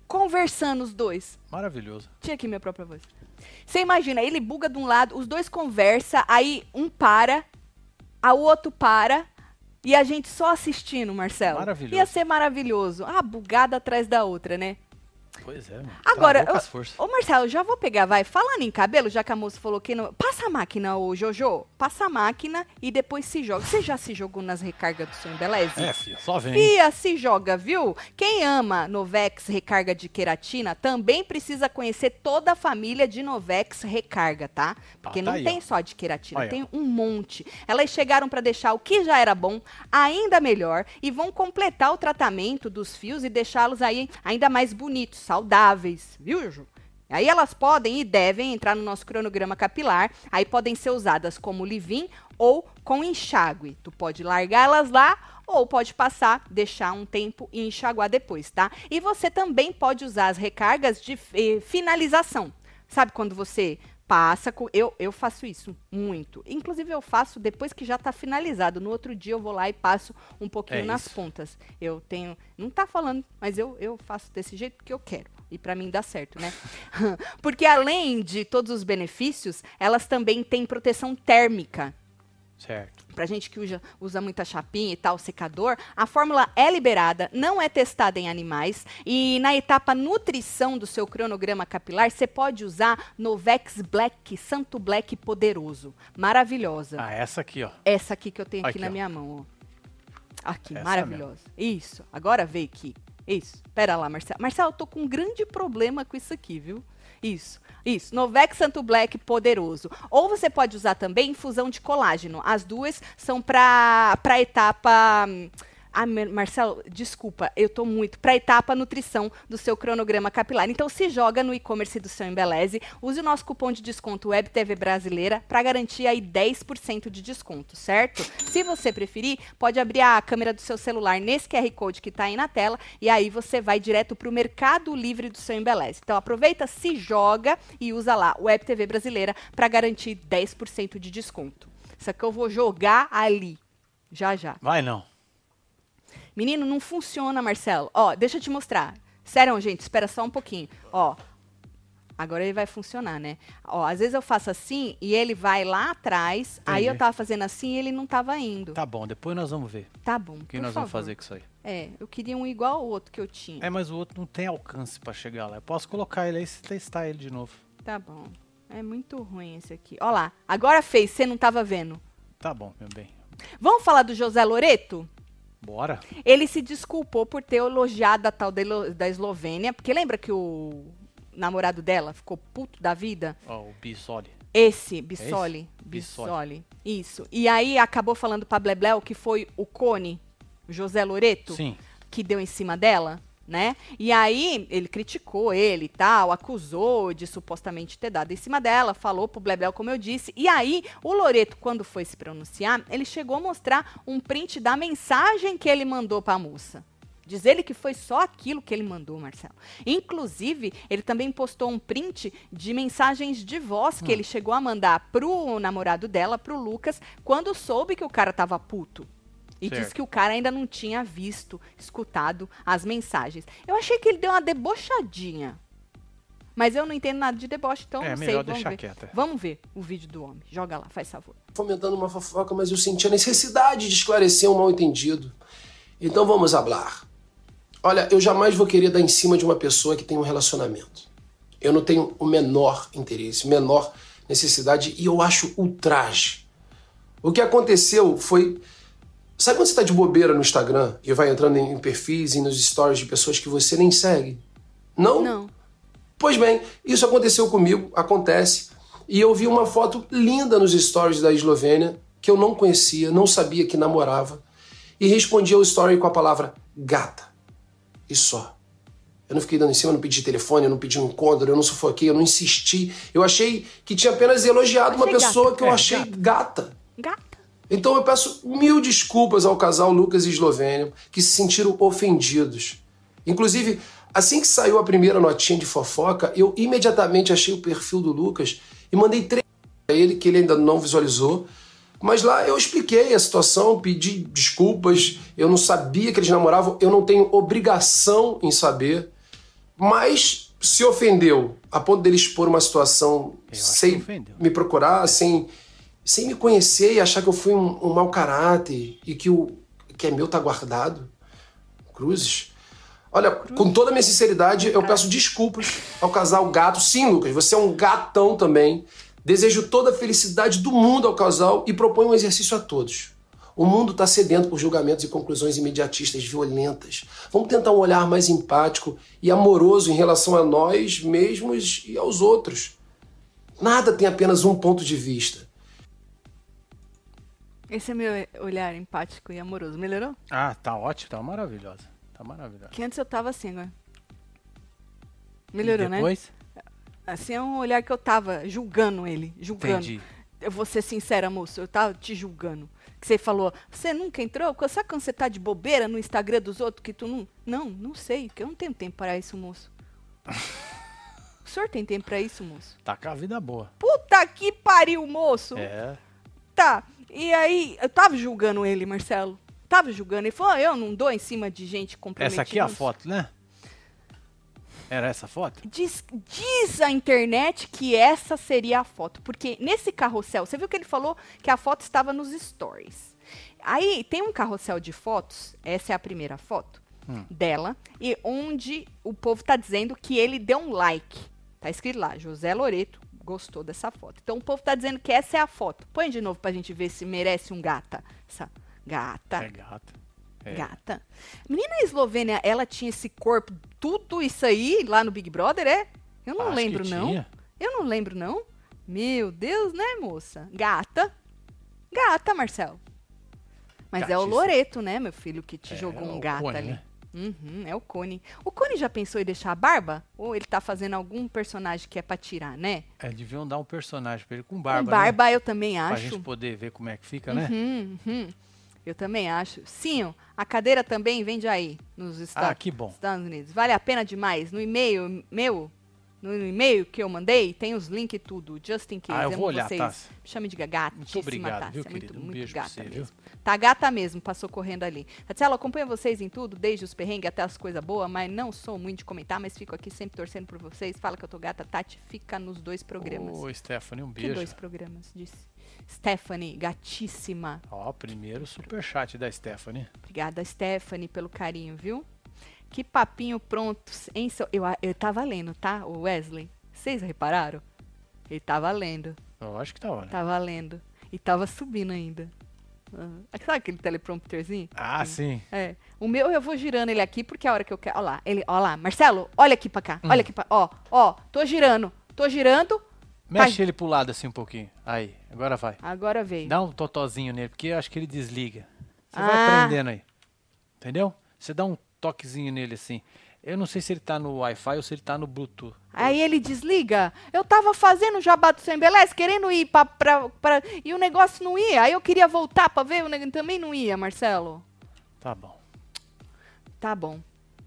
Conversando os dois. Maravilhoso. Tinha aqui minha própria voz. Você imagina, ele buga de um lado, os dois conversa, aí um para, a o outro para, e a gente só assistindo, Marcelo. Maravilhoso. Ia ser maravilhoso. Ah, bugada atrás da outra, né? Pois é, mano. Agora, Travou com eu- as forças. ô Marcelo, já vou pegar, vai. Falando em cabelo, já que a moça falou que não. Passa a máquina, ô Jojo. Passa a máquina e depois se joga. Você já se jogou nas recargas do sonho, beleza? É, filho, só vem. hein? Fia, se joga, viu? Quem ama Novex Recarga de Queratina também precisa conhecer toda a família de Novex Recarga, tá? Porque Ah, tá não aí, tem ó. só de queratina, Aí, ó. tem um monte. Elas chegaram para deixar o que já era bom ainda melhor e vão completar o tratamento dos fios e deixá-los aí ainda mais bonitos, saudáveis, viu, Ju? Aí elas podem e devem entrar no nosso cronograma capilar. Aí podem ser usadas como leave-in ou com enxágue. Tu pode largar elas lá ou pode passar, deixar um tempo e enxaguar depois, tá? E você também pode usar as recargas de eh, finalização. Sabe quando você passa, co- eu, eu faço isso muito. Inclusive eu faço depois que já tá finalizado. No outro dia eu vou lá e passo um pouquinho É nas isso. pontas. Eu tenho, não tá falando, mas eu, eu faço desse jeito porque eu quero. E pra mim dá certo, né? [LAUGHS] Porque além de todos os benefícios, elas também têm proteção térmica Certo. pra gente que usa, usa muita chapinha e tal, secador, a fórmula é liberada, não é testada em animais e na etapa nutrição do seu cronograma capilar, você pode usar Novex Black, Santo Black Poderoso. Maravilhosa. Ah, essa aqui, ó. Essa aqui que eu tenho aqui, Aqui, na ó. minha mão, ó. Aqui, Essa maravilhosa. Isso, agora vê aqui. Isso, pera lá, Marcelo. Marcelo, eu tô com um grande problema com isso aqui, viu? Isso, isso. Novex Santo Black poderoso. Ou você pode usar também infusão de colágeno. As duas são pra, pra etapa... hum, Ah, Mar- Marcelo, desculpa, eu tô muito. Pra etapa nutrição do seu cronograma capilar. Então se joga no e-commerce do seu Embeleze. Use o nosso cupom de desconto WebTV Brasileira pra garantir aí 10% de desconto, certo? Se você preferir, pode abrir a câmera do seu celular nesse QR Code que tá aí na tela e aí você vai direto pro Mercado Livre do seu Embeleze. Então aproveita, se joga e usa lá o WebTV Brasileira pra garantir 10% de desconto. Isso aqui eu vou jogar ali. Já, já. Vai não. Menino, não funciona, Marcelo. Ó, deixa eu te mostrar. Sério, gente, espera só um pouquinho. Ó, agora ele vai funcionar, né? Ó, às vezes eu faço assim e ele vai lá atrás. Aí eu Entendi. tava fazendo assim e ele não tava indo. Tá, Tá bom, depois nós vamos ver. bom. O que por nós vamos favor. fazer com isso aí. É, eu queria um igual ao outro que eu tinha. É, mas o outro não tem alcance pra chegar lá. Eu posso colocar ele aí e testar ele de novo. Tá bom. É muito ruim esse aqui. Ó lá, agora fez, você não tava vendo. Tá bom, meu bem. Vamos falar do José Loreto? Bora. Ele se desculpou por ter elogiado a tal da Elo- da Eslovênia, porque lembra que o namorado dela ficou puto da vida? Ó, o Bisoli. Esse, Bissoli. Bissoli. Bissoli. Isso. E aí acabou falando pra Blebleu que foi o Cone, José Loreto, Sim. que deu em cima dela, né? E aí ele criticou ele e tal, acusou de supostamente ter dado em cima dela, falou pro Blebleu, como eu disse. E aí o Loreto, quando foi se pronunciar, ele chegou a mostrar um print da mensagem que ele mandou pra moça. Diz ele que foi só aquilo que ele mandou, Marcelo. Inclusive, ele também postou um print de mensagens de voz Hum. que ele chegou a mandar pro namorado dela, pro Lucas, quando soube que o cara tava puto. E Certo. disse que o cara ainda não tinha visto, escutado as mensagens. Eu achei que ele deu uma debochadinha. Mas eu não entendo nada de deboche, então É, não sei. melhor vamos deixar ver. quieto, é. Vamos ver o vídeo do homem. Joga lá, faz favor. fomentando uma fofoca, mas eu senti a necessidade de esclarecer um mal-entendido. Então vamos hablar. Olha, eu jamais vou querer dar em cima de uma pessoa que tem um relacionamento. Eu não tenho o menor interesse, menor necessidade e eu acho ultraje. O que aconteceu foi. Sabe quando você tá de bobeira no Instagram e vai entrando em perfis e nos stories de pessoas que você nem segue? Não? Não. Pois bem, isso aconteceu comigo, acontece. E eu vi uma foto linda nos stories da Eslovênia que eu não conhecia, não sabia que namorava. E respondi ao story com a palavra gata. E só. Eu não fiquei dando em cima, eu não pedi telefone, eu não pedi um encontro, eu não sufoquei, eu não insisti. Eu achei que tinha apenas elogiado uma Achei pessoa gata. que eu É, achei gata. gata. Gata. Então eu peço mil desculpas ao casal Lucas e Eslovênia que se sentiram ofendidos. Inclusive, assim que saiu a primeira notinha de fofoca, eu imediatamente achei o perfil do Lucas e mandei três para ele que ele ainda não visualizou. Mas lá eu expliquei a situação, pedi desculpas, eu não sabia que eles namoravam, eu não tenho obrigação em saber. Mas se ofendeu a ponto dele expor uma situação acho que sem ofendeu. me procurar, sem, sem me conhecer e achar que eu fui um, um mau caráter e que o que é meu tá guardado. Cruzes. Olha, com toda a minha sinceridade, eu peço desculpas ao casal gato. Sim, Lucas, você é um gatão também. Desejo toda a felicidade do mundo ao casal e proponho um exercício a todos. O mundo está sedento por julgamentos e conclusões imediatistas violentas. Vamos tentar um olhar mais empático e amoroso em relação a nós mesmos e aos outros. Nada tem apenas um ponto de vista. Esse é meu olhar empático e amoroso. Melhorou? Ah, tá ótimo, tá maravilhosa. Tá maravilhosa. Que antes eu tava assim agora. Melhorou, e né? depois, Assim é um olhar que eu tava julgando ele. Julgando. Entendi. Eu vou ser sincera, moço, eu tava te julgando. Que você falou, você nunca entrou? Co- Sabe quando você tá de bobeira no Instagram dos outros que tu não. Não, não sei, que eu não tenho tempo para isso, moço. o senhor tem tempo para isso, moço? tá com a vida boa. Puta que pariu, moço! É. Tá. E aí, eu tava julgando ele, Marcelo. Tava julgando. Ele falou, "Ah, eu não dou em cima de gente comprometida. Essa aqui é a não sei foto, né? Era essa a foto? Diz, diz a internet que essa seria a foto. Porque nesse carrossel, você viu que ele falou que a foto estava nos stories. Aí tem um carrossel de fotos, essa é a primeira foto dela, e onde o povo tá dizendo que ele deu um like. Tá escrito lá, José Loreto gostou dessa foto. Então o povo tá dizendo que essa é a foto. Põe de novo pra gente ver se merece um gata. Essa gata. É gato. É. Gata. Menina a Eslovênia, ela tinha esse corpo, tudo isso aí lá no Big Brother, é? Eu não Acho que lembro, não. tinha. Eu não lembro, não. Meu Deus, né, moça? Gata. Gata, Marcelo. Mas é o Gatista. Loreto, né, meu filho, que te É, jogou o um gato Cone, ali. né? Uhum, é o Cone. O Cone já pensou em deixar a barba? Ou ele tá fazendo algum personagem que é pra tirar, né? É, deviam dar um personagem pra ele com barba. Com né? barba eu também Pra acho. gente poder ver como é que fica, né? Uhum, uhum. Eu também acho. Sim, ó, a cadeira também vende aí nos Estados, Ah, que bom. Estados Unidos. Vale a pena demais. No e-mail meu, no e-mail que eu mandei, tem os links e tudo. Just in case. Ah, eu vou amo olhar, vocês. Tássia. Me Chame de gata. Muito obrigado, viu, querido? Um Muito, muito beijo pra gata você, viu? mesmo. Tá gata mesmo, passou correndo ali. Tatiela, acompanho vocês em tudo, desde os perrengues até as coisas boas, mas não sou muito de comentar, mas fico aqui sempre torcendo por vocês. Fala que eu tô gata, Tati, fica nos dois programas. Ô, Stephanie, um Que beijo. dois programas, disse. Stephanie, gatíssima. Ó, primeiro superchat da Stephanie. Obrigada, Stephanie, pelo carinho, viu? Que papinho pronto. Em seu... eu, a- eu tava lendo, tá, o Wesley? Vocês repararam? Ele tava lendo, Eu acho que tá hora. tava lendo. E tava subindo ainda. Uhum. Sabe aquele teleprompterzinho? Ah, sim. É. O meu eu vou girando ele aqui, porque é a hora que eu quero. Olha lá, ele, olha lá, Marcelo, olha aqui pra cá. Olha aqui pra. Ó, ó, tô girando, tô girando. Mexe ele pro lado assim um pouquinho. Aí, agora vai. Agora veio. Dá um totozinho nele, porque eu acho que ele desliga. Você Ah. vai aprendendo aí. Entendeu? Você dá um toquezinho nele assim. Eu não sei se ele tá no Wi-Fi ou se ele tá no Bluetooth. Aí ele desliga. Eu tava fazendo o jabá do Sembelés, querendo ir pra, pra, pra- E o negócio não ia. Aí eu queria voltar pra ver, o negócio também não ia, Marcelo. Tá bom. Tá bom.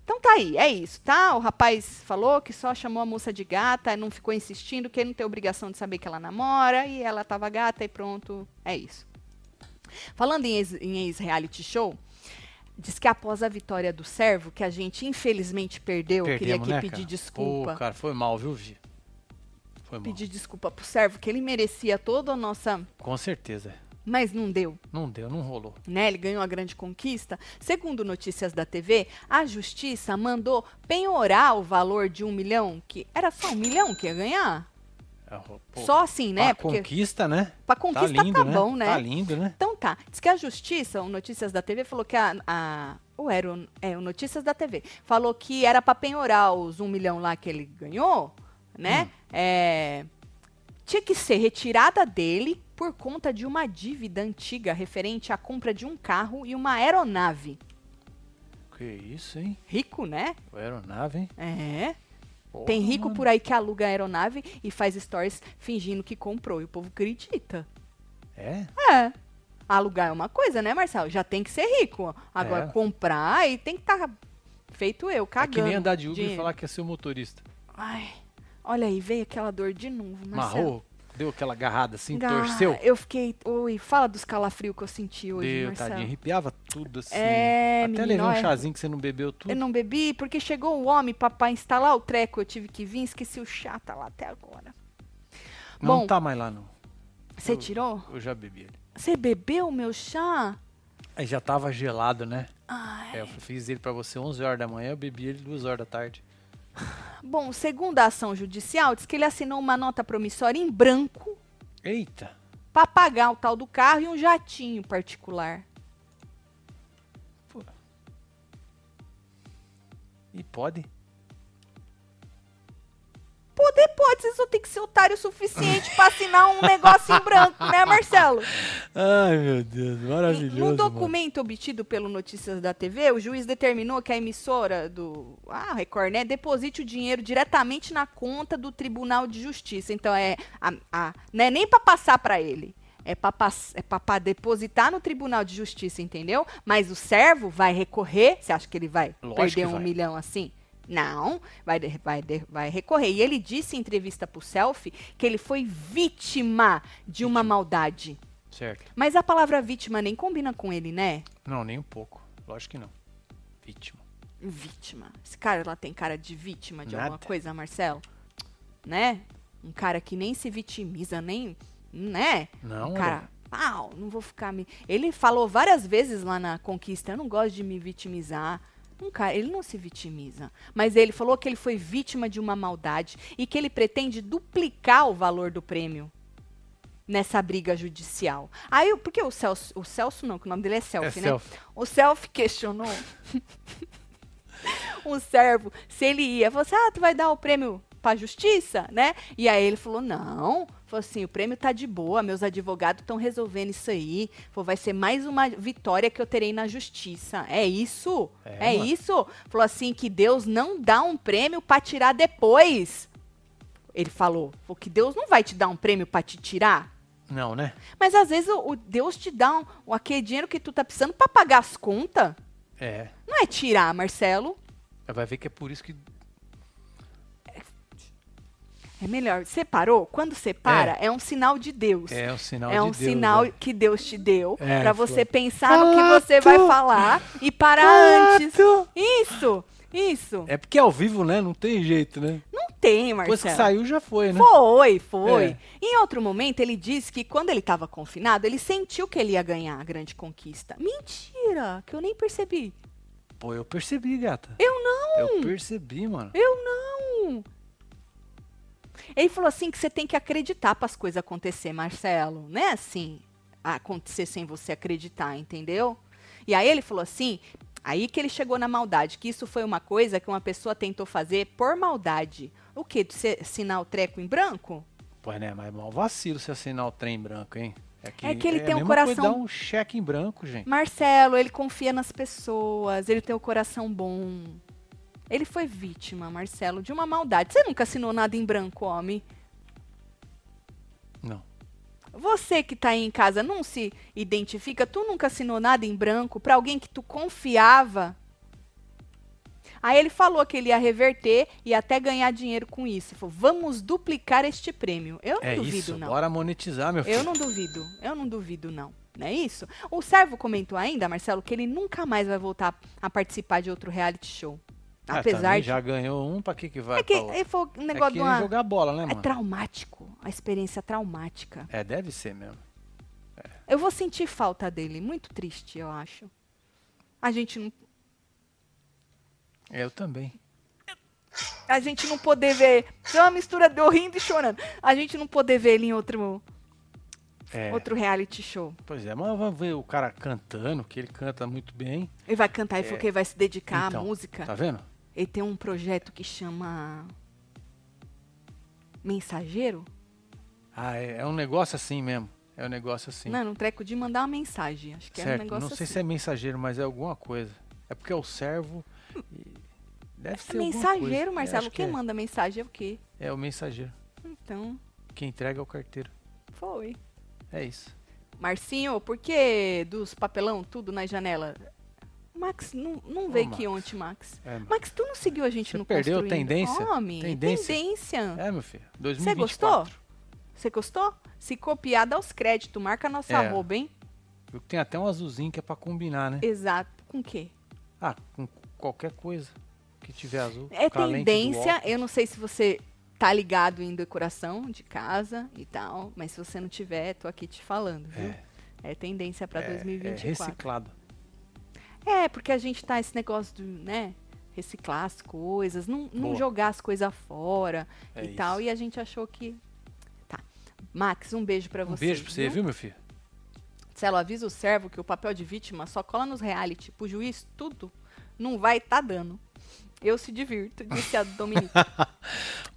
Então tá aí, é isso, tá? O rapaz falou que só chamou a moça de gata, não ficou insistindo, que ele não tem obrigação de saber que ela namora, e ela tava gata e pronto, é isso. Falando em ex- em ex-reality show, diz que após a vitória do servo, que a gente infelizmente perdeu, eu queria Perdemos, aqui né, pedir cara? desculpa. Pô, cara, foi mal, viu, Vi? Foi mal. pedir desculpa pro servo, que ele merecia toda a nossa. Com certeza. Mas não deu. Não deu, não rolou. né? Ele ganhou a grande conquista. Segundo notícias da TV, a justiça mandou penhorar o valor de um milhão, que era só um milhão que ia ganhar. Ah, pô, só assim, né? pra conquista, né? pra conquista tá, lindo, tá bom, né? Tá lindo, né? Então tá. Diz que a justiça, o Notícias da TV, falou que a. a ou era o, é, o Notícias da TV. Falou que era pra penhorar os um milhão lá que ele ganhou, né? É, tinha que ser retirada dele por conta de uma dívida antiga referente à compra de um carro e uma aeronave. Que isso, hein? Rico, né? Aeronave, hein? É. Porra, Tem rico por aí que aluga a aeronave e faz stories fingindo que comprou. E o povo acredita. É? É. Alugar é uma coisa, né, Marcelo? Já tem que ser rico. Agora, É. comprar aí tem que estar feito eu, É cagando. que nem andar de Uber e dinheiro. falar que é seu motorista. Ai, olha aí, veio aquela dor de novo, Marcelo. Marrou, deu aquela agarrada assim, Gar- torceu. Eu fiquei... Oi, fala dos calafrios que eu senti hoje, Deu, Marcelo. tadinho, arrepiava tudo assim. É, Até menino, levei um olha. É, chazinho que você não bebeu Eu tudo. não bebi porque chegou o homem pra, pra instalar o treco. Eu tive que vir, esqueci o chá, tá lá até agora. Não Bom, tá mais lá, não. você tirou? Eu já bebi ele. Você bebeu o meu chá? Aí já tava gelado, né? Ai. É, eu fiz ele pra você 11 horas da manhã, eu bebi ele 2 horas da tarde. Bom, segundo a ação judicial, diz que ele assinou uma nota promissória em branco Eita! pra pagar o tal do carro e um jatinho particular. E pode? Poder pode, você só tem que ser otário o suficiente pra assinar um negócio em branco, né, Marcelo? Ai, meu Deus, Em- maravilhoso. No documento obtido pelo Notícias da TV, o juiz determinou que a emissora do ah, Record, né, deposite o dinheiro diretamente na conta do Tribunal de Justiça. Então é a, a- não é nem para passar para ele. É para é para depositar no Tribunal de Justiça, entendeu? Mas o servo vai recorrer. Você acha que ele vai Lógico perder que um vai. milhão assim? Não, vai, de- vai, de- vai recorrer. E ele disse em entrevista pro Selfie que ele foi vítima de uma maldade. Certo. Mas a palavra vítima nem combina com ele, né? Não, nem um pouco. Lógico que não. Vítima. Vítima. Esse cara, ela tem cara de vítima de alguma Nada. coisa, Marcelo? Né? Um cara que nem se vitimiza, nem. Né? Não, Um cara. Pau, não vou ficar me. Ele falou várias vezes lá na conquista: eu não gosto de me vitimizar. Um cara, ele não se vitimiza. Mas ele falou que ele foi vítima de uma maldade e que ele pretende duplicar o valor do prêmio nessa briga judicial. Aí, o- porque o Celso, o Celso não, que o nome dele é Selfie, né? selfie. O Selfie questionou um servo se ele ia. Falou assim, ah, tu vai dar o prêmio pra justiça, né? E aí ele falou, não. Falou assim, o prêmio tá de boa, meus advogados estão resolvendo isso aí. Falou, vai ser mais uma vitória que eu terei na justiça. É isso? É, É, mano. isso? Falou assim, que Deus não dá um prêmio pra tirar depois. Ele falou, falou que Deus não vai te dar um prêmio pra te tirar. Não, né? Mas às vezes o, o Deus te dá um- o- aquele dinheiro que tu tá precisando pra pagar as contas. É. Não é tirar, Marcelo. Vai ver que é por isso que. É melhor. Separou? Quando separa, é, um sinal de Deus. É um sinal É de um Deus, sinal né? que Deus te deu pra É, você foi. pensar no que você vai falar e parar antes. Isso, isso. É porque é ao vivo, né? Não tem jeito, né? Não tem, Depois que Marcelo. saiu já foi, né? Foi, foi. É. Em outro momento, ele disse que quando ele estava confinado, ele sentiu que ele ia ganhar a grande conquista. Mentira, que eu nem percebi. Pô, eu percebi, gata. Eu não, Eu percebi, mano. eu não. Ele falou assim que você tem que acreditar para as coisas acontecer, Marcelo. Não é assim. acontecer sem você acreditar, entendeu? E aí ele falou assim, aí que ele chegou na maldade, que isso foi uma coisa que uma pessoa tentou fazer por maldade. O quê? De você assinar o treco em branco? Pois né, mas mal vacilo se assinar o trem branco, hein? É que ele tem a um mesma coração- Coisa, dar um cheque em branco, gente. Marcelo, ele confia nas pessoas, ele tem o coração bom. Ele foi vítima, Marcelo, de uma maldade. Você nunca assinou nada em branco, homem. Não. Você que tá aí em casa não se identifica, tu nunca assinou nada em branco pra alguém que tu confiava. Aí ele falou que ele ia reverter e até ganhar dinheiro com isso. Ele falou, vamos duplicar este prêmio. Eu não é duvido, isso, não. bora monetizar, meu filho. Eu não duvido, eu não duvido, não. Não é isso? O servo comentou ainda, Marcelo, que ele nunca mais vai voltar a participar de outro reality show. Ah, Apesar também de. já ganhou um, pra que que vai É que pra outro? é, foi um É negócio que de uma. nem jogar bola, né, É mano? traumático. A experiência traumática. É, deve ser mesmo. Eu vou sentir falta dele. Muito triste, eu acho. A gente não, Eu também. a gente não poder ver. Isso é uma mistura de eu rindo e chorando. A gente não poder ver ele em outro, É, outro reality show. Pois é, mas vamos ver o cara cantando, que ele canta muito bem. Ele vai cantar e falou que ele vai se dedicar É. Então, à música. Tá vendo? Ele tem um projeto que chama Mensageiro? Ah, é, é um negócio assim mesmo. É um negócio assim. Não, era um treco de mandar uma mensagem. Acho que era certo. um negócio não sei assim. se é mensageiro, mas é alguma coisa. É porque é o servo. e- Deve ser alguma coisa. mensageiro, É, Marcelo. acho que Quem é. manda mensagem é o quê? É o mensageiro. Então, Quem entrega é o carteiro. foi. É isso. Marcinho, por que dos papelão tudo na janela? Max, não, não veio aqui Max. ontem, Max. É, mano. Max, tu não seguiu a gente Você no perdeu a Construindo. tendência? Homem, Tendência. tendência. É, meu filho. Ah. Você 2024. gostou? Você gostou? Se copiar, dá os créditos. Marca a nossa É. arroba, hein? Viu que Tem até um azulzinho que é pra combinar, né? Exato. Com o quê? Ah, com qualquer coisa que tiver azul. É com a lente do tendência, óculos. eu não sei se você tá ligado em decoração de casa e tal, mas se você não tiver, tô aqui te falando, viu? É, tendência pra É 2024. reciclado. É, porque a gente tá esse negócio do, né, reciclar as coisas, não, não Boa. jogar as coisas fora É e isso. tal, e a gente achou que tá. Max, um beijo pra Um você. beijo pra você, viu, meu filho? Marcelo, avisa o servo que o papel de vítima só cola nos reality. Pro juiz, tudo não vai tá dando. Eu se divirto, disse a [LAUGHS] Dominica.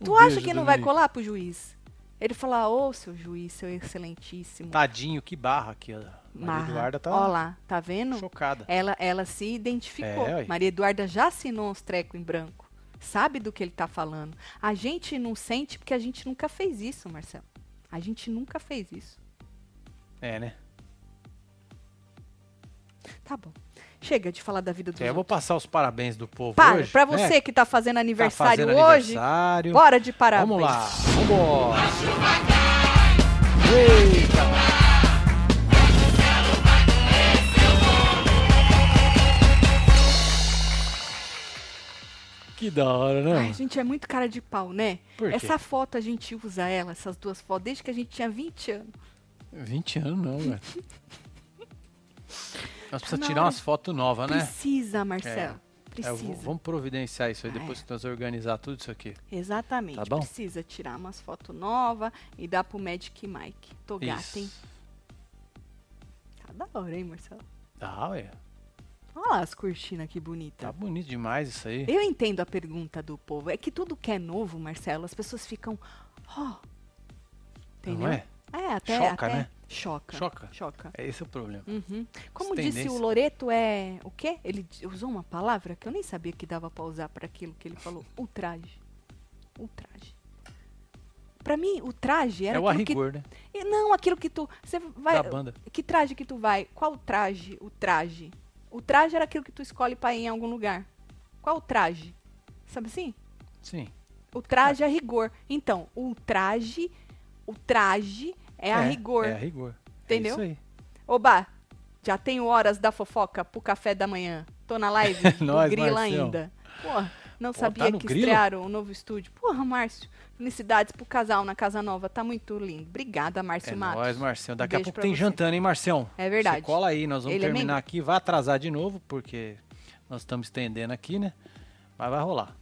Um tu acha beijo, que não vai Dominique. colar pro juiz? Ele fala, ô, seu juiz, seu excelentíssimo. Tadinho, que barra aqui. ó. Maria Marra. Tá, Eduarda tá Ó Hum. lá, tá vendo? chocada. Ela, ela se identificou. É, aí. Maria Eduarda já assinou uns trecos em branco. Sabe do que ele tá falando. A gente não sente porque a gente nunca fez isso, Marcelo. A gente nunca fez isso. É, né? Tá bom. Chega de falar da vida dos É, eu vou outros. passar os parabéns do povo Para, hoje. pra né? você que tá fazendo Tá aniversário fazendo hoje, aniversário. bora de parabéns. Vamos lá, vambora. Eita. Que da hora, né? Ai, mano? gente, é muito cara de pau, né? Por quê? Essa foto a gente usa ela, essas duas fotos, desde que a gente tinha 20 anos. 20 anos não, velho. Nós precisamos na tirar hora. umas fotos novas, né? Precisa, Marcelo. É, eu é Precisa. vou- vamos providenciar isso aí, Ah, depois que nós organizar tudo isso aqui. Exatamente. Tá bom? Precisa tirar umas fotos novas e dar pro Magic Mike. Tô gata, hein? Isso. Tá da hora, hein, Marcelo? Tá, ué. Olha lá as cortinas que bonita. Tá bonito demais isso aí. Eu entendo a pergunta do povo. É que tudo que é novo, Marcelo, as pessoas ficam. Ó. entendeu? Não é? É, até. Choca, até- né? Choca. Choca. Choca. É esse é o problema. Uhum. Como disse o tendências. Loreto, é. O quê? Ele d- usou uma palavra que eu nem sabia que dava pra usar pra aquilo que ele [LAUGHS] falou: ultraje. Ultraje. Pra mim, o traje era é o aquilo arrigor, né? que. Não, aquilo que tu. Você vai. Da banda. Que traje que tu vai? Qual traje? O traje. O traje era aquilo que tu escolhe pra ir em algum lugar. Qual o traje? Sabe assim? Sim. O traje a rigor. Então, o traje, o traje é, a rigor. É a rigor. Entendeu? É isso Oba, já tenho horas da fofoca pro café da manhã. Tô na [LAUGHS] live do Nós, Grila Marcião. ainda. Porra, não Pô, sabia tá no que Grilo? estrearam um novo estúdio. Porra, Márcio, felicidades pro casal na Casa Nova. Tá muito lindo. Obrigada, aí. Márcio É Matos. nóis, Marcião. Daqui Beijo a pouco pra tem você. jantando, hein, Marcião? É verdade. Você cola aí, nós vamos Ele é terminar membro. aqui. Vai atrasar de novo, porque nós estamos estendendo aqui, né? Mas vai rolar.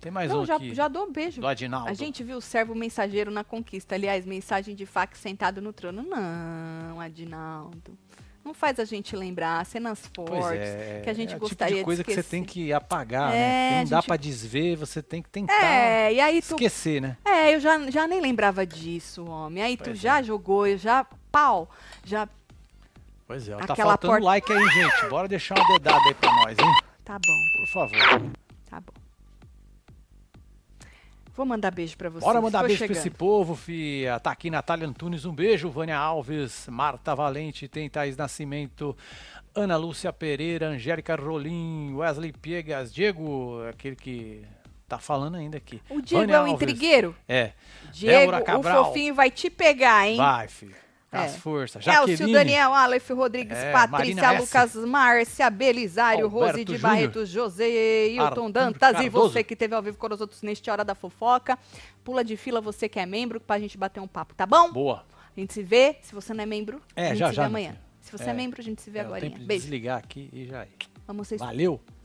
Tem mais Então, um já, aqui. já dou um beijo. Do Adinaldo. A gente viu o servo mensageiro na conquista. Aliás, mensagem de fax sentado no trono. Não, Adinaldo. Não faz a gente lembrar cenas Pois fortes é, que a gente é o gostaria tipo de coisa de esquecer. que você tem que apagar, É, né? Que a não dá gente- pra desver, você tem que tentar Ah, É, e aí tu. esquecer, né? É, eu já, já nem lembrava disso, homem. Aí tu Pois é. já jogou, eu já. Pau! Já. Pois é, ó, tá Aquela faltando porta- like aí, gente. Bora deixar uma dedada aí pra nós, hein? Tá bom, Por favor. tá bom. Vou mandar beijo pra vocês. Bora mandar tô beijo chegando. pra esse povo, fia. Tá aqui Natália Antunes, um beijo. Vânia Alves, Marta Valente, tem Thaís Nascimento, Ana Lúcia Pereira, Angélica Rolim, Wesley Piegas, Diego, aquele que tá falando ainda aqui. O Diego Vânia é um Alves. intrigueiro. É. Diego, Débora o Cabral. fofinho vai te pegar, hein? Vai, filho. É. As forças. Elcio, Jaqueline. Daniel, Aleph, Rodrigues, É, Patrícia, Marina S. Lucas, Márcia, Belisário, Alberto Rose de Júnior. Barreto, José, Hilton Arthur Dantas e Cardoso. você que esteve ao vivo com os outros neste Hora da Fofoca. Pula de fila, você que é membro, pra gente bater um papo, tá bom? Boa. A gente se vê. Se você não é membro, É, a gente já, se já, vê meu amanhã. filho. Se você é, É, membro, a gente se vê É, o agora. tempo de Beijo. desligar aqui e já é. Vamos vocês. Valeu.